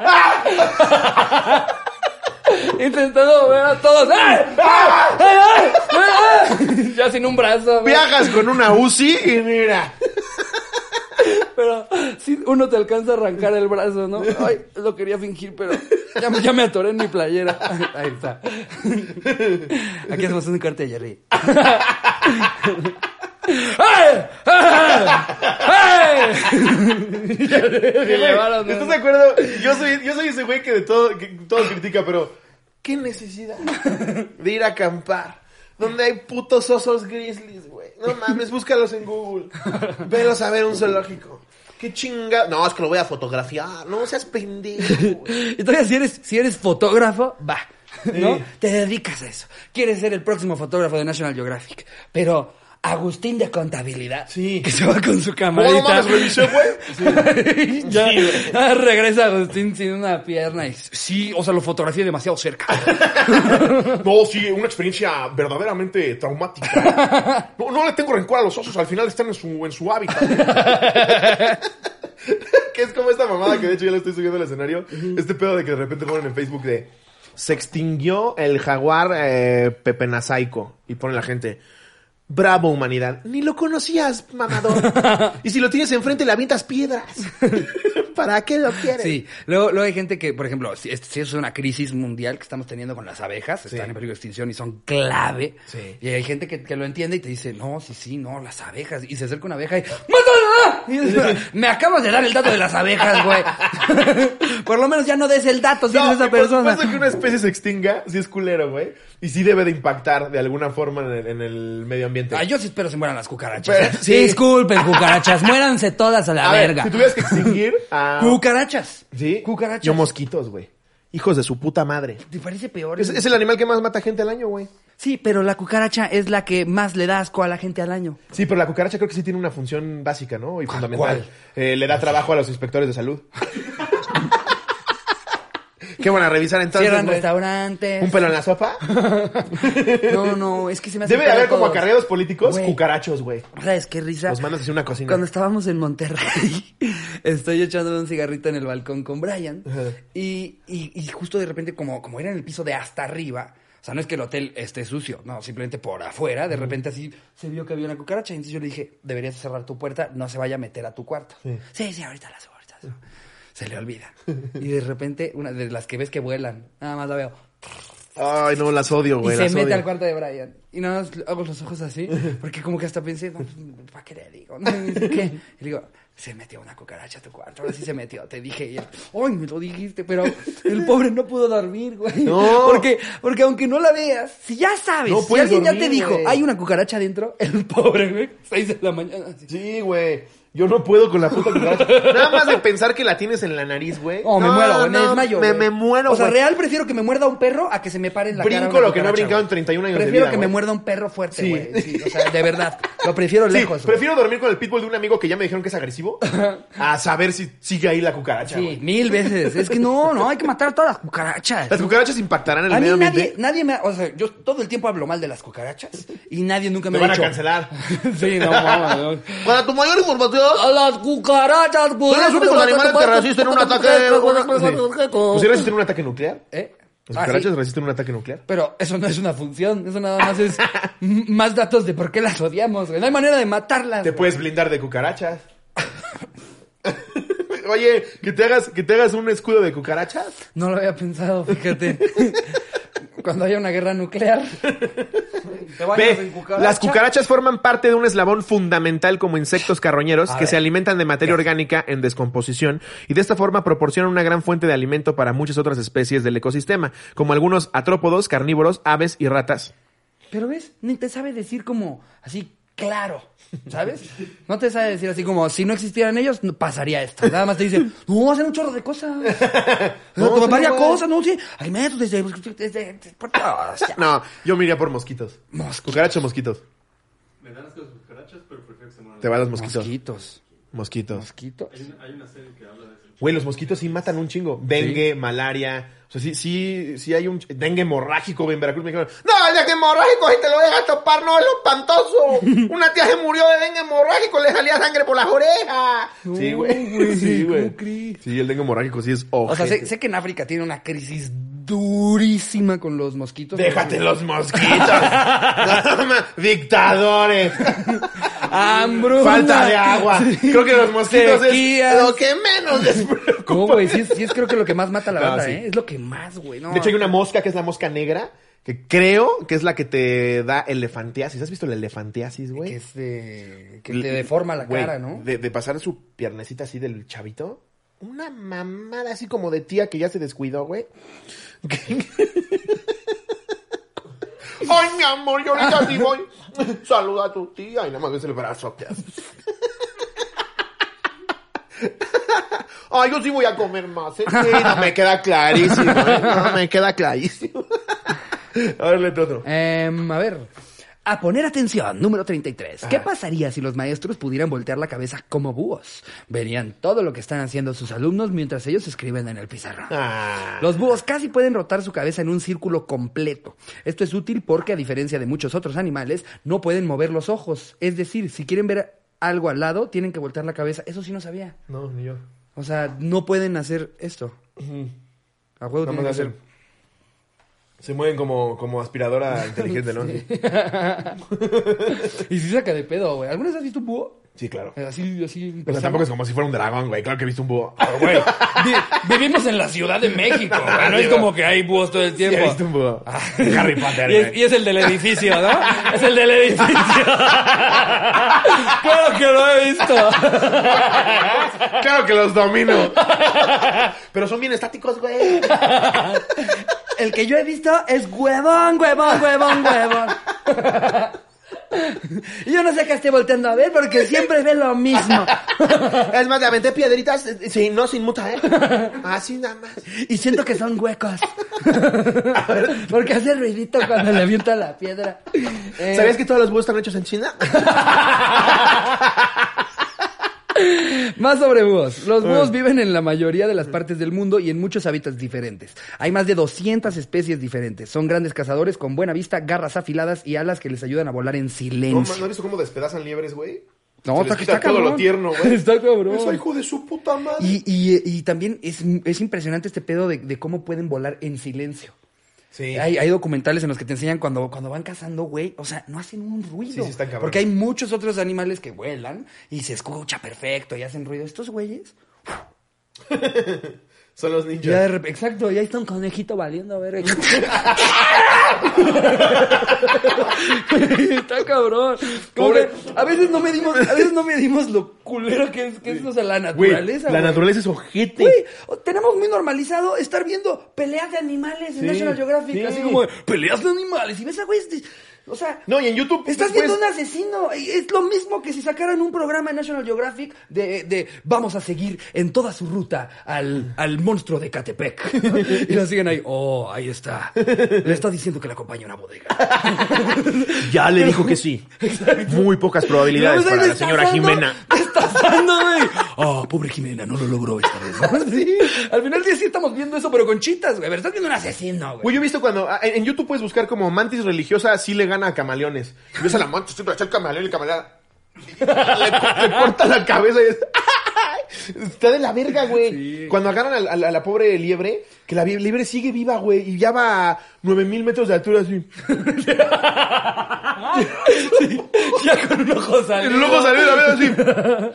Speaker 1: Ah, Intentando ver a todos, ¡ay! ¡ay! ¡ay! ¡ay! Ya sin un brazo, güey.
Speaker 2: Viajas con una UCI y mira.
Speaker 1: Pero sí, uno te alcanza a arrancar el brazo, ¿no? Ay, lo quería fingir, pero ya, me- ya me atoré en mi playera. Ahí está. Aquí hacemos un corte de Jerry. ¡Ay! ¡Ay! ¡Ay! Y
Speaker 2: Güey,
Speaker 1: llevaron, ¿no?
Speaker 2: ¿Estás de acuerdo? Yo soy, yo soy ese güey que de todo, que todo critica, pero ¿qué necesidad de ir a acampar? Donde hay putos osos grizzlies, güey. No mames, búscalos en Google. Velos a ver un zoológico. Qué chinga. No, es que lo voy a fotografiar. No seas pendejo. güey.
Speaker 1: Y todavía si eres, si eres fotógrafo, va. ¿No?
Speaker 2: Sí.
Speaker 1: Te dedicas a eso. Quieres ser el próximo fotógrafo de National Geographic. Pero Agustín de Contabilidad.
Speaker 2: Sí.
Speaker 1: Que se va con su
Speaker 2: No,
Speaker 1: camarita.
Speaker 2: no mames, revisé, güey.
Speaker 1: ya, ah, regresa Agustín sin una pierna y sí, o sea, lo fotografié demasiado cerca.
Speaker 2: No, sí, una experiencia verdaderamente traumática. No, no le tengo rencor a los osos, al final están en su, en su hábitat. que es como esta mamada que de hecho ya la estoy subiendo al escenario. Este pedo de que de repente ponen en Facebook de... Se extinguió el jaguar eh, pepenazaico. Y pone la gente... Bravo, humanidad. Ni lo conocías, mamador. y si lo tienes enfrente, le avientas piedras. ¿Para qué lo quieres?
Speaker 1: Sí, luego, luego hay gente que, por ejemplo, si, es- si es una crisis mundial que estamos teniendo con las abejas, están en peligro de extinción y son clave.
Speaker 2: Sí.
Speaker 1: Y hay gente que, que lo entiende y te dice, no, sí, sí, no, las abejas. Y se acerca una abeja y ¡Mátala! Y dices, Me acabas de dar el dato de las abejas, güey. por lo menos ya no des el dato si eres
Speaker 2: No,
Speaker 1: esa
Speaker 2: y por
Speaker 1: persona.
Speaker 2: supuesto que una especie se extinga, sí es culero, güey. Y sí debe de impactar de alguna forma en el, en el medio ambiente.
Speaker 1: Ah, yo sí espero se mueran las cucarachas.
Speaker 2: Pero-
Speaker 1: ¿eh?
Speaker 2: sí.
Speaker 1: Disculpen, cucarachas, muéranse todas a la
Speaker 2: a ver,
Speaker 1: verga.
Speaker 2: si tuvieras que extinguir a...
Speaker 1: Cucarachas.
Speaker 2: ¿Sí?
Speaker 1: Cucarachas.
Speaker 2: Yo mosquitos, güey. Hijos de su puta madre.
Speaker 1: ¿Te parece peor?
Speaker 2: Es, es el animal que más mata gente al año, güey.
Speaker 1: Sí, pero la cucaracha es la que más le da asco a la gente al año.
Speaker 2: Sí, pero la cucaracha creo que sí tiene una función básica, ¿no? Y fundamental.
Speaker 1: cuál?
Speaker 2: Eh, le da trabajo a los inspectores de salud. Qué bueno, a revisar entonces.
Speaker 1: Cierran
Speaker 2: güey.
Speaker 1: restaurantes.
Speaker 2: ¿Un pelo en la sopa?
Speaker 1: No, no, es que se me hace
Speaker 2: Debe de haber como
Speaker 1: carrera.
Speaker 2: acarreados políticos,
Speaker 1: Güey.
Speaker 2: cucarachos, güey.
Speaker 1: ¿Sabes qué risa?
Speaker 2: Los mandas hacia una cocina.
Speaker 1: Cuando estábamos en Monterrey, estoy echándome un cigarrito en el balcón con Brian. Y, y- y justo de repente, como, como era en el piso de hasta arriba, o sea, no es que el hotel esté sucio, no, simplemente por afuera, de repente así se vio que había una cucaracha. Y entonces yo le dije, deberías cerrar tu puerta, no se vaya a meter a tu cuarto. Sí, sí, ahorita la subo, ahorita la subo. Se le olvida. Y de repente, una de las que ves que vuelan, nada más la veo.
Speaker 2: Ay, no, las odio,
Speaker 1: Y
Speaker 2: güey.
Speaker 1: se
Speaker 2: las
Speaker 1: mete
Speaker 2: odio.
Speaker 1: al cuarto de Brian. Y nada más hago los ojos así, porque como que hasta pensé, no, pues, ¿para qué le digo? No, ni sé ¿Qué? Y le digo, se metió una cucaracha a tu cuarto, ahora sí se metió, te dije. Y él, ¡ay, me lo dijiste! Pero el pobre no pudo dormir, güey.
Speaker 2: No.
Speaker 1: Porque, porque aunque no la veas, si ya sabes,
Speaker 2: No
Speaker 1: si
Speaker 2: puedes
Speaker 1: alguien ya te
Speaker 2: dormir,
Speaker 1: dijo,
Speaker 2: güey.
Speaker 1: hay una cucaracha adentro, el pobre, güey, seis de la mañana. Así.
Speaker 2: Sí, güey. Yo no puedo con la puta cucaracha. Nada más de pensar que la tienes en la nariz, güey.
Speaker 1: Oh, me
Speaker 2: No,
Speaker 1: muero, güey, me
Speaker 2: no,
Speaker 1: desmayo.
Speaker 2: Me,
Speaker 1: güey.
Speaker 2: me muero,
Speaker 1: O sea,
Speaker 2: güey.
Speaker 1: real prefiero que me muerda un perro a que se me pare en la cara.
Speaker 2: Brinco
Speaker 1: una
Speaker 2: lo que no he
Speaker 1: cucaracha,
Speaker 2: brincado
Speaker 1: güey.
Speaker 2: en 31 años de
Speaker 1: Prefiero
Speaker 2: vida,
Speaker 1: que me
Speaker 2: güey.
Speaker 1: muerda un perro fuerte,
Speaker 2: Sí.
Speaker 1: güey. Sí, o sea, de verdad. Lo prefiero
Speaker 2: Sí,
Speaker 1: lejos. güey.
Speaker 2: prefiero dormir con el pitbull de un amigo que ya me dijeron que es agresivo a saber si sigue ahí la cucaracha.
Speaker 1: Sí,
Speaker 2: güey.
Speaker 1: mil veces. Es que no, no, hay que matar a todas las cucarachas.
Speaker 2: Las cucarachas impactarán en el
Speaker 1: a mí
Speaker 2: medio
Speaker 1: nadie,
Speaker 2: ambiente.
Speaker 1: nadie me... ha- O sea, yo todo el tiempo hablo mal de las cucarachas y nadie nunca me
Speaker 2: Te
Speaker 1: ha
Speaker 2: van a
Speaker 1: dicho... Ah,
Speaker 2: cancelar.
Speaker 1: sí, no, mames. no.
Speaker 2: Para tu mayor información,
Speaker 1: A las cucarachas, güey.
Speaker 2: son los únicos animales que resisten un ataque. Sí. Pues si
Speaker 1: ¿Eh?
Speaker 2: resisten un ataque nuclear. Las
Speaker 1: Ah, sí.
Speaker 2: cucarachas resisten un ataque nuclear.
Speaker 1: Pero eso no es una función, eso nada más es m- más datos de por qué las odiamos, güey. No hay manera de matarlas.
Speaker 2: Te
Speaker 1: güey.
Speaker 2: puedes blindar de cucarachas. Oye, que te hagas, que te hagas un escudo de cucarachas.
Speaker 1: No lo había pensado, fíjate. Cuando haya una guerra nuclear. Te
Speaker 2: Ve, las cucarachas forman parte de un eslabón fundamental como insectos carroñeros
Speaker 1: A
Speaker 2: que
Speaker 1: ver.
Speaker 2: se alimentan de materia orgánica en descomposición y de esta forma proporcionan una gran fuente de alimento para muchas otras especies del ecosistema, como algunos atrópodos, carnívoros, aves y ratas.
Speaker 1: Pero ves, ni te sabe decir como así claro, ¿sabes? No te sabe decir así como si no existieran ellos, no pasaría esto. Nada más te dice, no, hacen un chorro de cosas.
Speaker 2: No, sí,
Speaker 1: varias
Speaker 2: güey.
Speaker 1: cosas, ¿no? Sí, alimentos desde. desde, desde- por todos, ya.
Speaker 2: No, yo me iría por mosquitos.
Speaker 1: Mosquitos.
Speaker 2: Cucarachas o mosquitos.
Speaker 4: Me dan asco las cucarachas, pero prefiero que se mueran.
Speaker 2: Te van los mosquitos.
Speaker 1: Mosquitos.
Speaker 2: Mosquitos.
Speaker 1: Mosquitos.
Speaker 4: Hay una, hay una serie que habla de eso.
Speaker 2: Güey, los mosquitos sí matan un chingo. Dengue, malaria. O sea, sí, sí, sí hay un ch- dengue hemorrágico güey, en Veracruz. Me dijeron, no, el dengue hemorrágico, si te lo dejas topar, no, es lo espantoso. Una tía se murió de dengue hemorrágico, le salía sangre por las orejas. sí,
Speaker 1: No,
Speaker 2: güey.
Speaker 1: güey,
Speaker 2: Sí,
Speaker 1: ¿cómo
Speaker 2: güey.
Speaker 1: crees?
Speaker 2: Sí, el dengue hemorrágico sí es ojo.
Speaker 1: O sea, sé, sé que en África tiene una crisis durísima con los mosquitos.
Speaker 2: Déjate los mosquitos. No, ma- Dictadores.
Speaker 1: ¡Hambruna!
Speaker 2: Falta de agua. Creo que los mosquitos
Speaker 1: Sequías.
Speaker 2: es lo que menos les
Speaker 1: No,
Speaker 2: preocupa.
Speaker 1: güey, sí, es- sí es creo que lo que más mata a la
Speaker 2: No,
Speaker 1: banda,
Speaker 2: sí.
Speaker 1: ¿eh? Es lo que más, güey. No.
Speaker 2: De hecho, hay una mosca que es la mosca negra, que creo que es la que te da elefantiasis. ¿Has visto la elefantiasis, güey?
Speaker 1: Que, es de- que te deforma la
Speaker 2: Güey,
Speaker 1: cara, ¿no?
Speaker 2: De, de pasar su piernecita así del chavito. Una mamada así como de tía que ya se descuidó, güey. Ay, mi amor, yo ahorita sí voy. Saluda a tu tía y nada más ves el brazo. ¿qué haces? Ay, yo sí voy a comer más. ¿eh? Sí, no me queda clarísimo. ¿eh? No me queda clarísimo. A ver, léete otro.
Speaker 1: Em, a ver. A poner atención, número 33. ¿Qué pasaría si los maestros pudieran voltear la cabeza como búhos? Verían todo lo que están haciendo sus alumnos mientras ellos escriben en el pizarrón.
Speaker 2: Ah.
Speaker 1: Los búhos casi pueden rotar su cabeza en un círculo completo. Esto es útil porque, a diferencia de muchos otros animales, no pueden mover los ojos. Es decir, si quieren ver algo al lado, tienen que voltear la cabeza. Eso sí no sabía.
Speaker 2: No, ni yo.
Speaker 1: O sea, no pueden hacer esto. A huevo tienen
Speaker 2: Nada más
Speaker 1: que
Speaker 2: hacen-
Speaker 1: hacer.
Speaker 2: Se mueven como, como aspiradora inteligente, ¿no? Sí,
Speaker 1: Y si saca de pedo, güey. ¿Alguna vez has visto un búho?
Speaker 2: claro.
Speaker 1: Eh, Así, así.
Speaker 2: Pero
Speaker 1: empezando.
Speaker 2: tampoco es como si fuera un dragón, güey. Claro que he visto un búho.
Speaker 1: Ah, Güey, vi- vivimos en la Ciudad de México, güey. No es como que hay búhos todo el
Speaker 2: Sí, he
Speaker 1: tiempo.
Speaker 2: visto un búho. Harry
Speaker 1: Ah.
Speaker 2: Potter,
Speaker 1: Y es,
Speaker 2: güey.
Speaker 1: y es el del edificio, ¿no? Es el del edificio. claro que lo he visto.
Speaker 2: Claro que los domino. Pero son bien estáticos, güey.
Speaker 1: El que yo he visto es huevón, huevón, huevón, huevón. Y Yo no sé qué esté volteando a ver porque siempre ve lo mismo.
Speaker 2: Es más, le aventé piedritas. eh, Sí, no, sin muta, ¿eh? Así nada más.
Speaker 1: Y siento que son huecos. Porque hace ruidito cuando le avienta la piedra. Eh,
Speaker 2: ¿Sabías que todos los búhos están hechos en China?
Speaker 1: Más sobre búhos. Los búhos viven en la mayoría de las partes del mundo y en muchos hábitats diferentes. Hay más de 200 especies diferentes. Son grandes cazadores con buena vista, garras afiladas y alas que les ayudan a volar en
Speaker 2: No, man, ¿no
Speaker 1: silencio.
Speaker 2: has visto cómo despedazan liebres, güey?
Speaker 1: No,
Speaker 2: Se les
Speaker 1: está-
Speaker 2: quita
Speaker 1: está
Speaker 2: todo lo
Speaker 1: cabrón.
Speaker 2: tierno, güey.
Speaker 1: Está cabrón.
Speaker 2: Eso, hijo de su puta madre.
Speaker 1: Y, y- y también es, es impresionante este pedo de, de cómo pueden volar en silencio.
Speaker 2: Sí.
Speaker 1: Hay, hay documentales en los que te enseñan cuando, cuando van cazando, güey, o sea, no hacen un ruido.
Speaker 2: Sí, sí, están cabrón.
Speaker 1: porque hay muchos otros animales que vuelan y se escucha perfecto y hacen ruido. Estos güeyes,
Speaker 2: Son los
Speaker 1: ya
Speaker 2: ninjas.
Speaker 1: de rep- exacto, ya está un conejito valiendo, a ver. está cabrón. Como
Speaker 2: Pobre-
Speaker 1: que a veces no medimos, a veces no medimos lo culero que es, que es o sea, la
Speaker 2: Güey,
Speaker 1: naturaleza.
Speaker 2: la
Speaker 1: güey.
Speaker 2: naturaleza es ojete.
Speaker 1: Güey, tenemos muy normalizado estar viendo peleas de animales en
Speaker 2: Sí,
Speaker 1: National Geographic.
Speaker 2: sí.
Speaker 1: Así como de, peleas de animales. Y ves a güeyes de- O sea,
Speaker 2: No, pues, y en YouTube.
Speaker 1: Estás
Speaker 2: después-
Speaker 1: viendo un asesino. y Es lo mismo que si sacaran un programa en National Geographic de, de vamos a seguir en toda su ruta al, al monstruo de Catepec. y lo siguen ahí. Oh, ahí está. Le está diciendo que le acompaña a una bodega.
Speaker 2: Ya le dijo que sí. Muy pocas probabilidades
Speaker 1: Y luego
Speaker 2: para
Speaker 1: ahí
Speaker 2: la señora
Speaker 1: destazando-
Speaker 2: Jimena.
Speaker 1: destazando, güey. Oh, pobre Jimena, no lo logró esta vez. ¿no? Sí. Al final sí estamos viendo eso, pero con chitas, güey. Pero estás viendo un asesino, güey.
Speaker 2: Güey, yo he visto cuando ah, en en YouTube puedes buscar como mantis religiosa así le gana a camaleones. Y ves a la mantis siempre echa el camaleón y el camaleón le, co- le corta la cabeza y es- Está de la verga, güey. Cuando agarran al- al- a la, pobre liebre, que la vie- liebre sigue viva, güey, y ya va a 9000 metros de altura así.
Speaker 1: Ya con un ojo salido.
Speaker 2: El ojo salió de la verga así.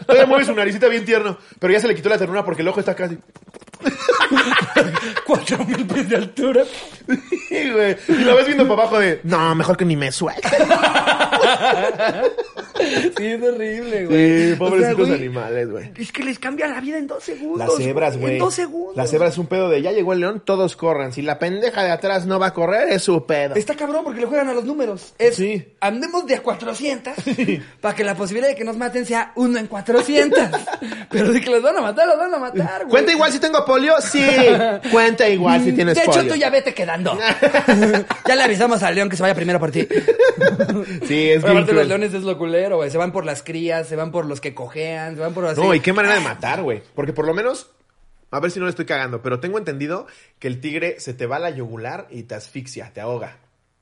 Speaker 2: Todavía mueve su naricita bien tierno, pero ya se le quitó la ternura porque el ojo está casi.
Speaker 1: Cuatro mil pies de altura.
Speaker 2: Sí, güey. Y la ves viendo para abajo de, no, mejor que ni me suelte.
Speaker 1: Sí, es horrible, güey.
Speaker 2: Sí,
Speaker 1: O sea,
Speaker 2: pobrecitos
Speaker 1: güey,
Speaker 2: animales, güey.
Speaker 1: Es que les cambia la vida en dos segundos.
Speaker 2: Las cebras, güey.
Speaker 1: En dos segundos.
Speaker 2: Las cebras es un pedo de ya llegó el león, todos corran. Si la pendeja de atrás no va a correr, es su pedo.
Speaker 1: Está cabrón porque le juegan a los números. Es,
Speaker 2: Sí.
Speaker 1: Andemos de a 400 para que la posibilidad de que nos maten sea uno en 400. Pero de que los van a matar, los van a matar, güey.
Speaker 2: ¿Cuenta igual si tengo polio? Sí. Cuenta igual si tienes
Speaker 1: De hecho,
Speaker 2: polio.
Speaker 1: tú ya vete quedando. ya le avisamos al león que se vaya primero por ti.
Speaker 2: Sí, es
Speaker 1: Pero aparte,
Speaker 2: bien
Speaker 1: los
Speaker 2: cruel.
Speaker 1: leones es lo culero, güey. Se van por las crías, se van por los que cojean, se van por así.
Speaker 2: No, y qué manera de matar, güey. Porque por lo menos, a ver si no le estoy cagando, pero tengo entendido que el tigre se te va a la yugular y te asfixia, te ahoga.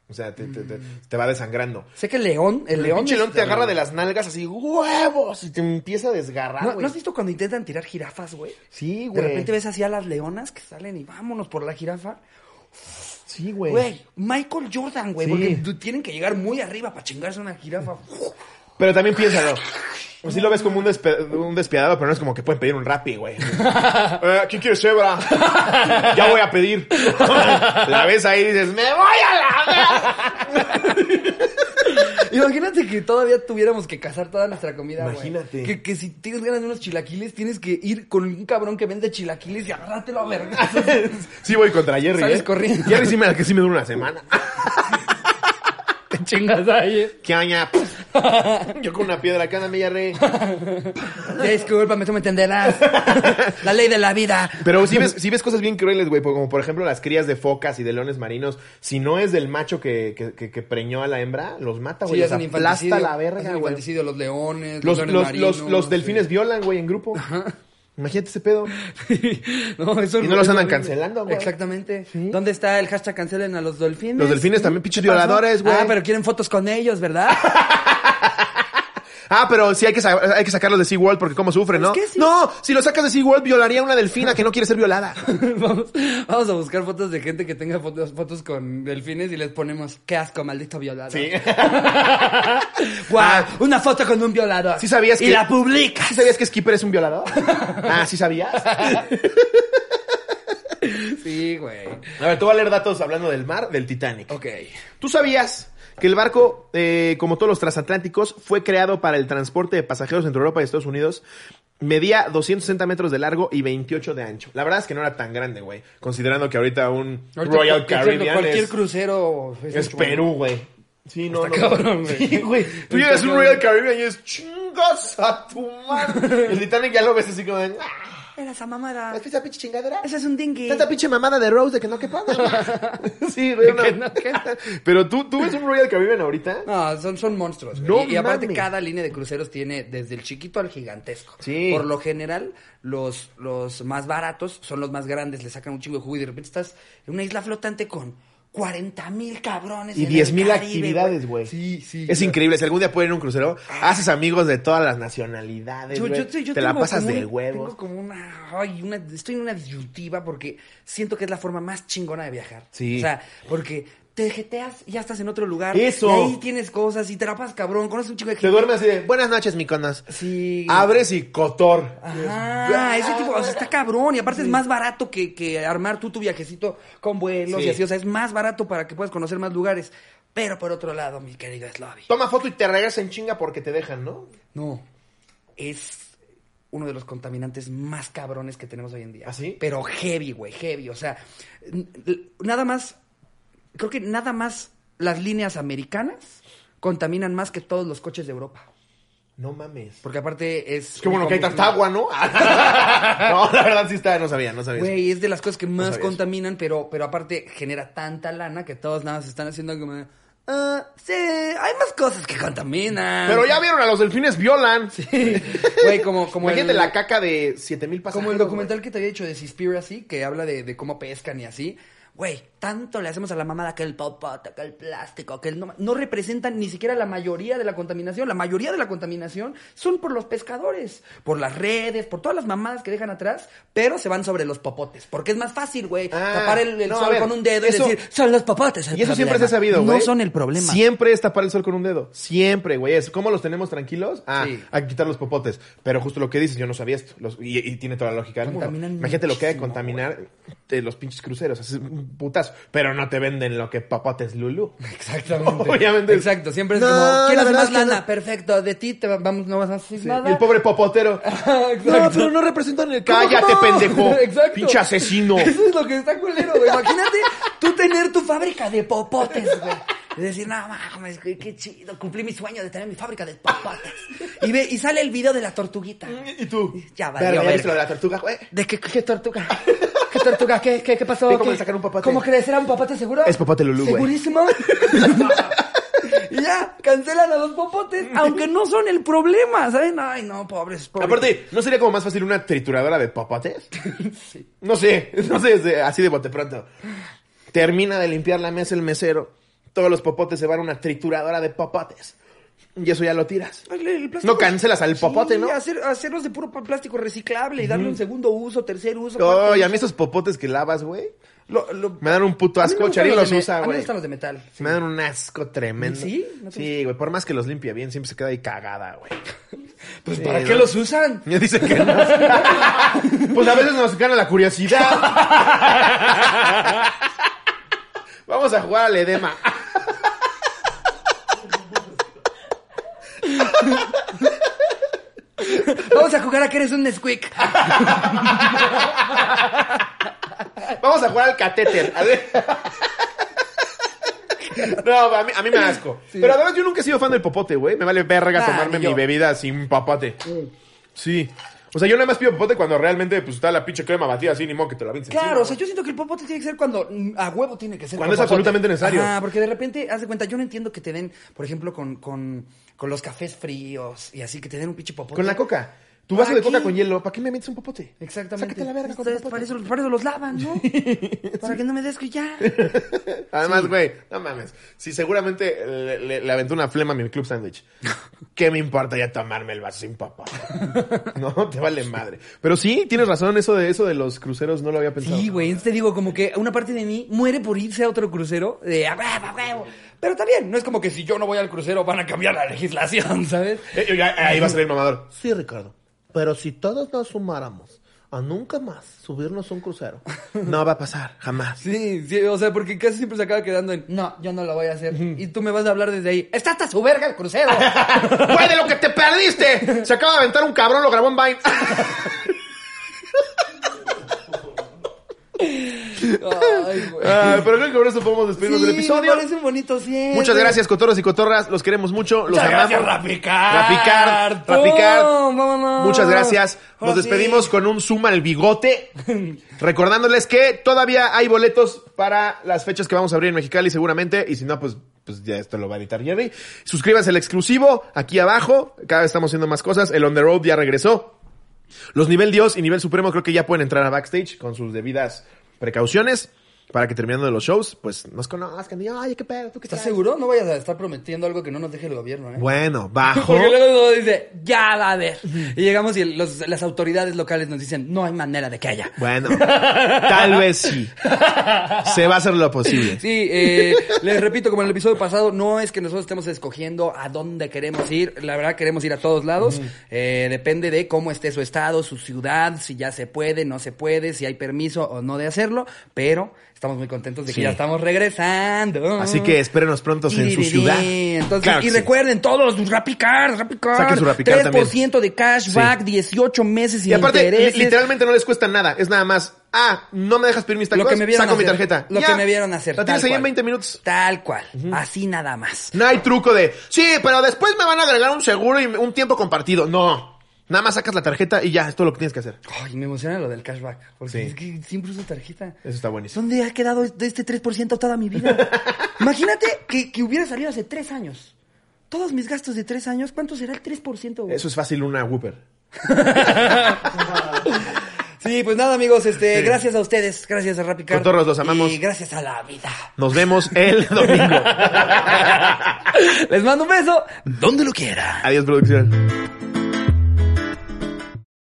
Speaker 2: O sea, te, te- te- te va desangrando.
Speaker 1: Sé que el león, el
Speaker 2: El
Speaker 1: león.
Speaker 2: pinche león
Speaker 1: es-
Speaker 2: te agarra de las nalgas así, huevos, y te empieza a desgarrar,
Speaker 1: ¿No,
Speaker 2: güey.
Speaker 1: ¿No has visto cuando intentan tirar jirafas, güey?
Speaker 2: Sí,
Speaker 1: De
Speaker 2: güey.
Speaker 1: repente ves así a las leonas que salen y vámonos por la jirafa.
Speaker 2: Sí, güey.
Speaker 1: Güey, Michael Jordan, güey.
Speaker 2: Sí.
Speaker 1: Porque tú- tienen que llegar muy arriba para chingarse una jirafa.
Speaker 2: Pero también piénsalo. Si lo ves como un, despe- un despiadado, pero no es como que pueden pedir un rapi, güey. Eh, ¿Quién quiere cebra? ya voy a pedir. la ves ahí y dices, ¡me voy a la verga".
Speaker 1: Imagínate que todavía tuviéramos que cazar toda nuestra comida, güey.
Speaker 2: Imagínate.
Speaker 1: Que, que si tienes ganas de unos chilaquiles, tienes que ir con un cabrón que vende chilaquiles y agarrártelo a verga.
Speaker 2: Sí, voy contra Jerry.
Speaker 1: Sales
Speaker 2: ¿eh?
Speaker 1: corriendo.
Speaker 2: Jerry sí me da que sí me dura una semana.
Speaker 1: Te chingas ahí.
Speaker 2: ¿Qué aña? Yo con una piedra acá, mi Jerry.
Speaker 1: Discúlpame, tú me entenderás. La ley de la vida.
Speaker 2: Pero si ves, sí ves cosas bien crueles, güey, pues, como por ejemplo las crías de focas y de leones marinos, si no es del macho que, que, que- que preñó a la hembra, los mata, güey,
Speaker 1: Sí, es
Speaker 2: los
Speaker 1: un infanticidio.
Speaker 2: aplasta la
Speaker 1: Es un
Speaker 2: verga, güey.
Speaker 1: infanticidio, los leones, los,
Speaker 2: Los, los,
Speaker 1: leones
Speaker 2: los,
Speaker 1: marinos,
Speaker 2: los
Speaker 1: sí.
Speaker 2: delfines violan, güey, en grupo. Imagínate ese pedo.
Speaker 1: no, eso
Speaker 2: Y no los
Speaker 1: es
Speaker 2: andan
Speaker 1: horrible.
Speaker 2: cancelando, güey.
Speaker 1: Exactamente. ¿Dónde está el hashtag cancelen a los delfines?
Speaker 2: Los delfines también,
Speaker 1: ¿Qué
Speaker 2: pinches
Speaker 1: pasó?
Speaker 2: violadores, güey.
Speaker 1: Ah, pero quieren fotos con ellos, ¿verdad?
Speaker 2: Ah, pero sí hay que, sa- hay que sacarlos de SeaWorld porque cómo sufren, ¿no?
Speaker 1: Es Pues que sí.
Speaker 2: No, si los sacas de SeaWorld violaría a una delfina que no quiere ser violada.
Speaker 1: vamos, vamos a buscar fotos de gente que tenga fotos, fotos con delfines y les ponemos, qué asco, maldito violador.
Speaker 2: Sí.
Speaker 1: Guau,
Speaker 2: Ah.
Speaker 1: una foto con un violador.
Speaker 2: Sí sabías
Speaker 1: y
Speaker 2: que-
Speaker 1: la publicas.
Speaker 2: ¿Sí sabías que Skipper es un violador? Ah, ¿sí sabías?
Speaker 1: Sí, güey.
Speaker 2: A ver, te voy a leer datos hablando del mar, del Titanic.
Speaker 1: Ok.
Speaker 2: ¿Tú sabías que el barco, eh, como todos los transatlánticos, fue creado para el transporte de pasajeros entre Europa y Estados Unidos? Medía 260 metros de largo y 28 de ancho. La verdad es que no era tan grande, güey. Considerando que ahorita un
Speaker 1: Ahorita
Speaker 2: Royal
Speaker 1: cualquier-
Speaker 2: Caribbean
Speaker 1: Cualquier
Speaker 2: es,
Speaker 1: crucero.
Speaker 2: es
Speaker 1: hecho-
Speaker 2: Perú, güey. Sí, no,
Speaker 1: Está
Speaker 2: no.
Speaker 1: cabrón, güey.
Speaker 2: Sí, güey. Tú llegas a un Royal Caribbean y es chingas a tu madre. El Titanic ya lo ves así como de... "Ah,
Speaker 1: Era esa mamada.
Speaker 2: ¿Esa pinche chingadera?
Speaker 1: Esa es un dinghy.
Speaker 2: Tanta pinche mamada de Rose de que no quepa. sí, güey.
Speaker 1: que
Speaker 2: no.
Speaker 1: no quepa.
Speaker 2: Pero tú, tú ves un Royal Caribbean ahorita.
Speaker 1: No, son, son monstruos. güey.
Speaker 2: No
Speaker 1: y, y aparte
Speaker 2: mames.
Speaker 1: cada línea de cruceros tiene desde el chiquito al gigantesco.
Speaker 2: Sí.
Speaker 1: Por lo general, los, los más baratos son los más grandes, le sacan un chingo de jugo y de repente estás en una isla flotante con 40 mil cabrones.
Speaker 2: Y
Speaker 1: en el
Speaker 2: 10.000
Speaker 1: Caribe,
Speaker 2: actividades, güey.
Speaker 1: Sí, sí.
Speaker 2: Es
Speaker 1: Yo- Ah.
Speaker 2: increíble. Si algún día pueden ir a un crucero, haces amigos de todas las nacionalidades,
Speaker 1: Yo,
Speaker 2: güey.
Speaker 1: yo- yo
Speaker 2: Te la
Speaker 1: tengo
Speaker 2: pasas
Speaker 1: como
Speaker 2: de
Speaker 1: un-
Speaker 2: huevos.
Speaker 1: Tengo como una, ay, una- Estoy en una disyuntiva porque siento que es la forma más chingona de viajar.
Speaker 2: Sí.
Speaker 1: O sea, porque te jeteas y ya estás en otro lugar.
Speaker 2: Eso.
Speaker 1: Y ahí tienes cosas y te la pasas cabrón, conoces un chingo de
Speaker 2: Te Ah,
Speaker 1: gente.
Speaker 2: duermes así de, buenas noches, miconas.
Speaker 1: Sí.
Speaker 2: Abres y cotor.
Speaker 1: Ah, ese tipo, o sea, está cabrón. Y aparte es más barato que, que armar tú tu viajecito con vuelos
Speaker 2: Sí.
Speaker 1: y así. O sea, es más barato para que puedas conocer más lugares. Pero por otro lado, mi querido Slavi,
Speaker 2: Toma foto y te regresas en chinga porque te dejan, ¿no?
Speaker 1: no. Es uno de los contaminantes más cabrones que tenemos hoy en día.
Speaker 2: ¿Ah, sí?
Speaker 1: Pero heavy, güey, heavy. O sea, n- l- nada más, creo que nada más las líneas americanas contaminan más que todos los coches de Europa.
Speaker 2: No mames.
Speaker 1: Porque aparte es...
Speaker 2: Es que bueno que hay tanta agua, ¿no? no, la verdad sí está, no sabía, Pues, no sabía.
Speaker 1: Güey, es de las cosas que más
Speaker 2: sabía eso.
Speaker 1: contaminan, pero, pero aparte genera tanta lana que todos nada más están haciendo como... "Ah, sí, hay más cosas que contaminan.
Speaker 2: Pero ya vieron, a los delfines violan.
Speaker 1: Güey, como, como
Speaker 2: Imagínate
Speaker 1: el-
Speaker 2: la caca de 7000 pasajeros.
Speaker 1: Como el documental que te había hecho de Seaspiracy, que habla de, de cómo pescan y así. Güey, tanto le hacemos a la mamada que el popote, que el plástico, que el no, no representan ni siquiera la mayoría de la contaminación. La mayoría de la contaminación son por los pescadores, por las redes, por todas las mamadas que dejan atrás, pero se van sobre los popotes. Porque es más fácil, güey,
Speaker 2: Ah,
Speaker 1: tapar el, el
Speaker 2: no, a
Speaker 1: sol
Speaker 2: ver,
Speaker 1: con un dedo
Speaker 2: eso-
Speaker 1: y decir, son los popotes el
Speaker 2: Y eso siempre
Speaker 1: problema".
Speaker 2: se ha sabido, güey.
Speaker 1: No son el problema.
Speaker 2: Siempre es tapar el sol con un dedo. Siempre, güey. Es ¿Cómo los tenemos tranquilos? Ah,
Speaker 1: Sí.
Speaker 2: a quitar los popotes. Pero justo lo que dices, yo no sabía esto. Los- y, y tiene toda la lógica del mundo.
Speaker 1: Contaminan
Speaker 2: Imagínate lo que hay de
Speaker 1: muchísimo,
Speaker 2: contaminar de los pinches cruceros. Es un putazo. Pero no te venden lo que popotes Lulu.
Speaker 1: Exactamente.
Speaker 2: Obviamente.
Speaker 1: Exacto, siempre es
Speaker 3: No,
Speaker 1: como,
Speaker 3: la
Speaker 1: ¿quieres
Speaker 3: verdad
Speaker 1: más
Speaker 3: es que
Speaker 1: lana?
Speaker 3: no.
Speaker 1: Perfecto, de ti te va- vamos, no vas a hacer nada.
Speaker 2: Y el pobre popotero.
Speaker 3: No,
Speaker 1: Exacto.
Speaker 3: pero no representan el
Speaker 2: Cállate,
Speaker 1: no?
Speaker 2: pendejo.
Speaker 1: Exacto.
Speaker 2: Pinche asesino.
Speaker 1: Eso es lo que está culero, güey. Imagínate tú tener tu fábrica de popotes, güey. Y decir, no mames, güey, qué chido. Cumplí mi sueño de tener mi fábrica de popotes. Y ve, y sale el video de la tortuguita.
Speaker 2: ¿Y tú?
Speaker 1: Ya valió,
Speaker 2: Pero ya viste
Speaker 1: verga.
Speaker 2: lo de la tortuga, güey.
Speaker 1: ¿De qué, qué tortuga? ¿Qué tortuga? ¿Qué, qué, qué pasó?
Speaker 2: Ve cómo
Speaker 1: ¿Qué-
Speaker 2: le sacaron un papate.
Speaker 1: ¿Cómo crees? ¿Era un papate seguro?
Speaker 2: Es papate Lulú, güey.
Speaker 1: ¿Segurísimo? y ya, cancelan a los popotes, aunque no son el problema, ¿saben? Ay, no, pobres, pobres.
Speaker 2: Aparte, ¿no sería como más fácil una trituradora de papates? No sé, no sé, de- así de bote pronto. Termina de limpiar la mesa el mesero. Todos los popotes se van a una trituradora de papates. Y eso ya lo tiras.
Speaker 1: El- el plástico-
Speaker 2: No cancelas al popote,
Speaker 1: Sí,
Speaker 2: ¿no?
Speaker 1: hacer- hacerlos de puro plástico reciclable y darle un segundo uso, tercer uso. cuarto
Speaker 2: Ay, a
Speaker 1: uso.
Speaker 2: mí esos popotes que lavas, güey,
Speaker 1: Lo- lo-
Speaker 2: me dan un puto
Speaker 1: a mí me
Speaker 2: asco.
Speaker 1: gustan
Speaker 2: Charín
Speaker 1: los
Speaker 2: los
Speaker 1: de me-
Speaker 2: usa,
Speaker 1: a mí me
Speaker 2: güey.
Speaker 1: gustan los de metal.
Speaker 2: Me dan un asco tremendo.
Speaker 1: ¿Sí? ¿No te
Speaker 2: Sí, güey, por más que los limpie bien, siempre se queda ahí cagada, güey.
Speaker 1: Pues,
Speaker 2: Sí,
Speaker 1: ¿para
Speaker 2: ¿no?
Speaker 1: qué los usan?
Speaker 2: Me dice que no. Pues a veces nos gana la curiosidad. Vamos a jugar al edema.
Speaker 1: Vamos a jugar a que eres un Nesquik.
Speaker 2: Ah, Vamos a jugar al catéter. A ver. No, a mí, a mí me da asco. Pero además yo nunca he sido fan del popote, güey. Me vale verga
Speaker 1: Ah,
Speaker 2: tomarme
Speaker 1: ni yo.
Speaker 2: mi bebida sin popote. Sí. O sea, yo nada más pido popote cuando realmente pues está la pinche crema batida así, ni modo que te la vinces.
Speaker 1: Claro, o sea, yo siento que el popote tiene que ser cuando mm, a huevo tiene que ser.
Speaker 2: Cuando es
Speaker 1: popote.
Speaker 2: absolutamente necesario.
Speaker 1: Ah, porque de repente, haz de cuenta, yo no entiendo que te den, por ejemplo, con, con, con los cafés fríos y así, que te den un pinche popote.
Speaker 2: Con la coca. Tu vaso
Speaker 1: ¿Para
Speaker 2: de coca
Speaker 1: qué?
Speaker 2: con hielo, ¿para qué me metes un popote?
Speaker 1: Exactamente.
Speaker 2: Sácate la verga con
Speaker 1: Ustedes
Speaker 2: popote.
Speaker 1: para, eso, para eso los lavan, ¿no? Para que no me des que ya.
Speaker 2: Además, güey, no mames. Si seguramente le, le- le aventó una flema a mi club sándwich. ¿Qué me importa ya tomarme el vaso sin papá? No, te vale madre. Pero sí, tienes razón, eso de eso de los cruceros no lo había pensado.
Speaker 1: Sí, güey, te digo, como que una parte de mí muere por irse a otro crucero de a huevo, a huevo. Pero también, no es como que si yo no voy al crucero van a cambiar la legislación, ¿sabes?
Speaker 2: Eh, eh, ahí va a salir mamador.
Speaker 3: Sí, Ricardo. Pero si todos nos sumáramos a nunca más subirnos un crucero,
Speaker 2: No va a pasar, jamás.
Speaker 1: Sí, sí, o sea, porque casi siempre se acaba quedando en, no, yo no lo voy a hacer. Y tú me vas a hablar desde ahí, está hasta su verga el crucero.
Speaker 2: Ah, ¡Güey, de lo que te perdiste! Se acaba de aventar un cabrón, lo grabó en Vine.
Speaker 1: Ay, güey.
Speaker 2: Ah, pero creo que con eso podemos despedirnos
Speaker 1: Sí,
Speaker 2: del episodio.
Speaker 1: me parece un bonito cierre.
Speaker 2: Muchas gracias, cotorros y cotorras. Los queremos mucho. Los
Speaker 1: Muchas
Speaker 2: amamos.
Speaker 1: gracias, Rapicard.
Speaker 2: Rapicard, Rapicard.
Speaker 1: Pum, vámonos.
Speaker 2: Muchas gracias. Nos
Speaker 1: Ahora sí.
Speaker 2: despedimos con un suma al bigote. Recordándoles que todavía hay boletos para las fechas que vamos a abrir en Mexicali seguramente. Y si no, pues, pues ya esto lo va a editar Jerry. Suscríbanse al exclusivo aquí abajo. Cada vez estamos haciendo más cosas. El On The Road ya regresó. Los nivel Dios y nivel Supremo creo que ya pueden entrar a backstage con sus debidas precauciones. Para que terminando de los shows, pues nos conozcan. Y, Ay, qué pedo, tú qué
Speaker 1: ¿Estás
Speaker 2: traes?"
Speaker 1: seguro? No vayas a estar prometiendo algo que no nos deje el gobierno, ¿eh?
Speaker 2: Bueno, bajo.
Speaker 1: Porque luego todo dice, ya va a haber. Y llegamos y los- las autoridades locales nos dicen, no hay manera de que haya.
Speaker 2: Bueno, tal vez sí. Se va a hacer lo posible.
Speaker 1: Sí, eh, les repito, como en el episodio pasado, no es que nosotros estemos escogiendo a dónde queremos ir. La verdad, queremos ir a todos lados. Eh, depende de cómo esté su estado, su ciudad, si ya se puede, no se puede, si hay permiso o no de hacerlo. Pero estamos muy contentos de que
Speaker 2: Sí.
Speaker 1: ya estamos regresando.
Speaker 2: Así que espérenos pronto en su ciudad.
Speaker 1: Entonces,
Speaker 2: Claro que
Speaker 1: y
Speaker 2: sí.
Speaker 1: recuerden todos, pues, Rapicard, Rapicard.
Speaker 2: Saquen su Rappi Card también.
Speaker 1: 3% de cashback, 18 meses sin
Speaker 2: Y aparte, li-
Speaker 1: intereses.
Speaker 2: literalmente no les cuesta nada. Es nada más, ah, no me dejas pedir mis tacos,
Speaker 1: lo que me vieron
Speaker 2: saco mi
Speaker 1: hacer,
Speaker 2: tarjeta.
Speaker 1: Lo
Speaker 2: Ya.
Speaker 1: que me vieron hacer.
Speaker 2: La
Speaker 1: tal
Speaker 2: tienes ahí en
Speaker 1: cual.
Speaker 2: 20 minutos.
Speaker 1: Tal cual. Así nada más.
Speaker 2: No hay truco de, sí, pero después me van a agregar un seguro y un tiempo compartido. No. Nada más sacas la tarjeta y ya, es todo lo que tienes que hacer.
Speaker 1: Ay, me emociona lo del cashback. Porque
Speaker 2: Sí.
Speaker 1: es que siempre uso tarjeta.
Speaker 2: Eso está buenísimo.
Speaker 1: ¿Dónde ha quedado de este 3% toda mi vida? Imagínate que, que hubiera salido hace 3 años. Todos mis gastos de 3 años, ¿cuánto será el 3%? güey?
Speaker 2: Eso es fácil una Whooper.
Speaker 1: Sí, pues nada, amigos. este
Speaker 2: Sí.
Speaker 1: Gracias a ustedes. Gracias a Rapicar.
Speaker 2: Cotorros, los amamos.
Speaker 1: Y gracias a la vida.
Speaker 2: Nos vemos el domingo.
Speaker 1: Les mando un beso donde lo quiera.
Speaker 2: Adiós, producción.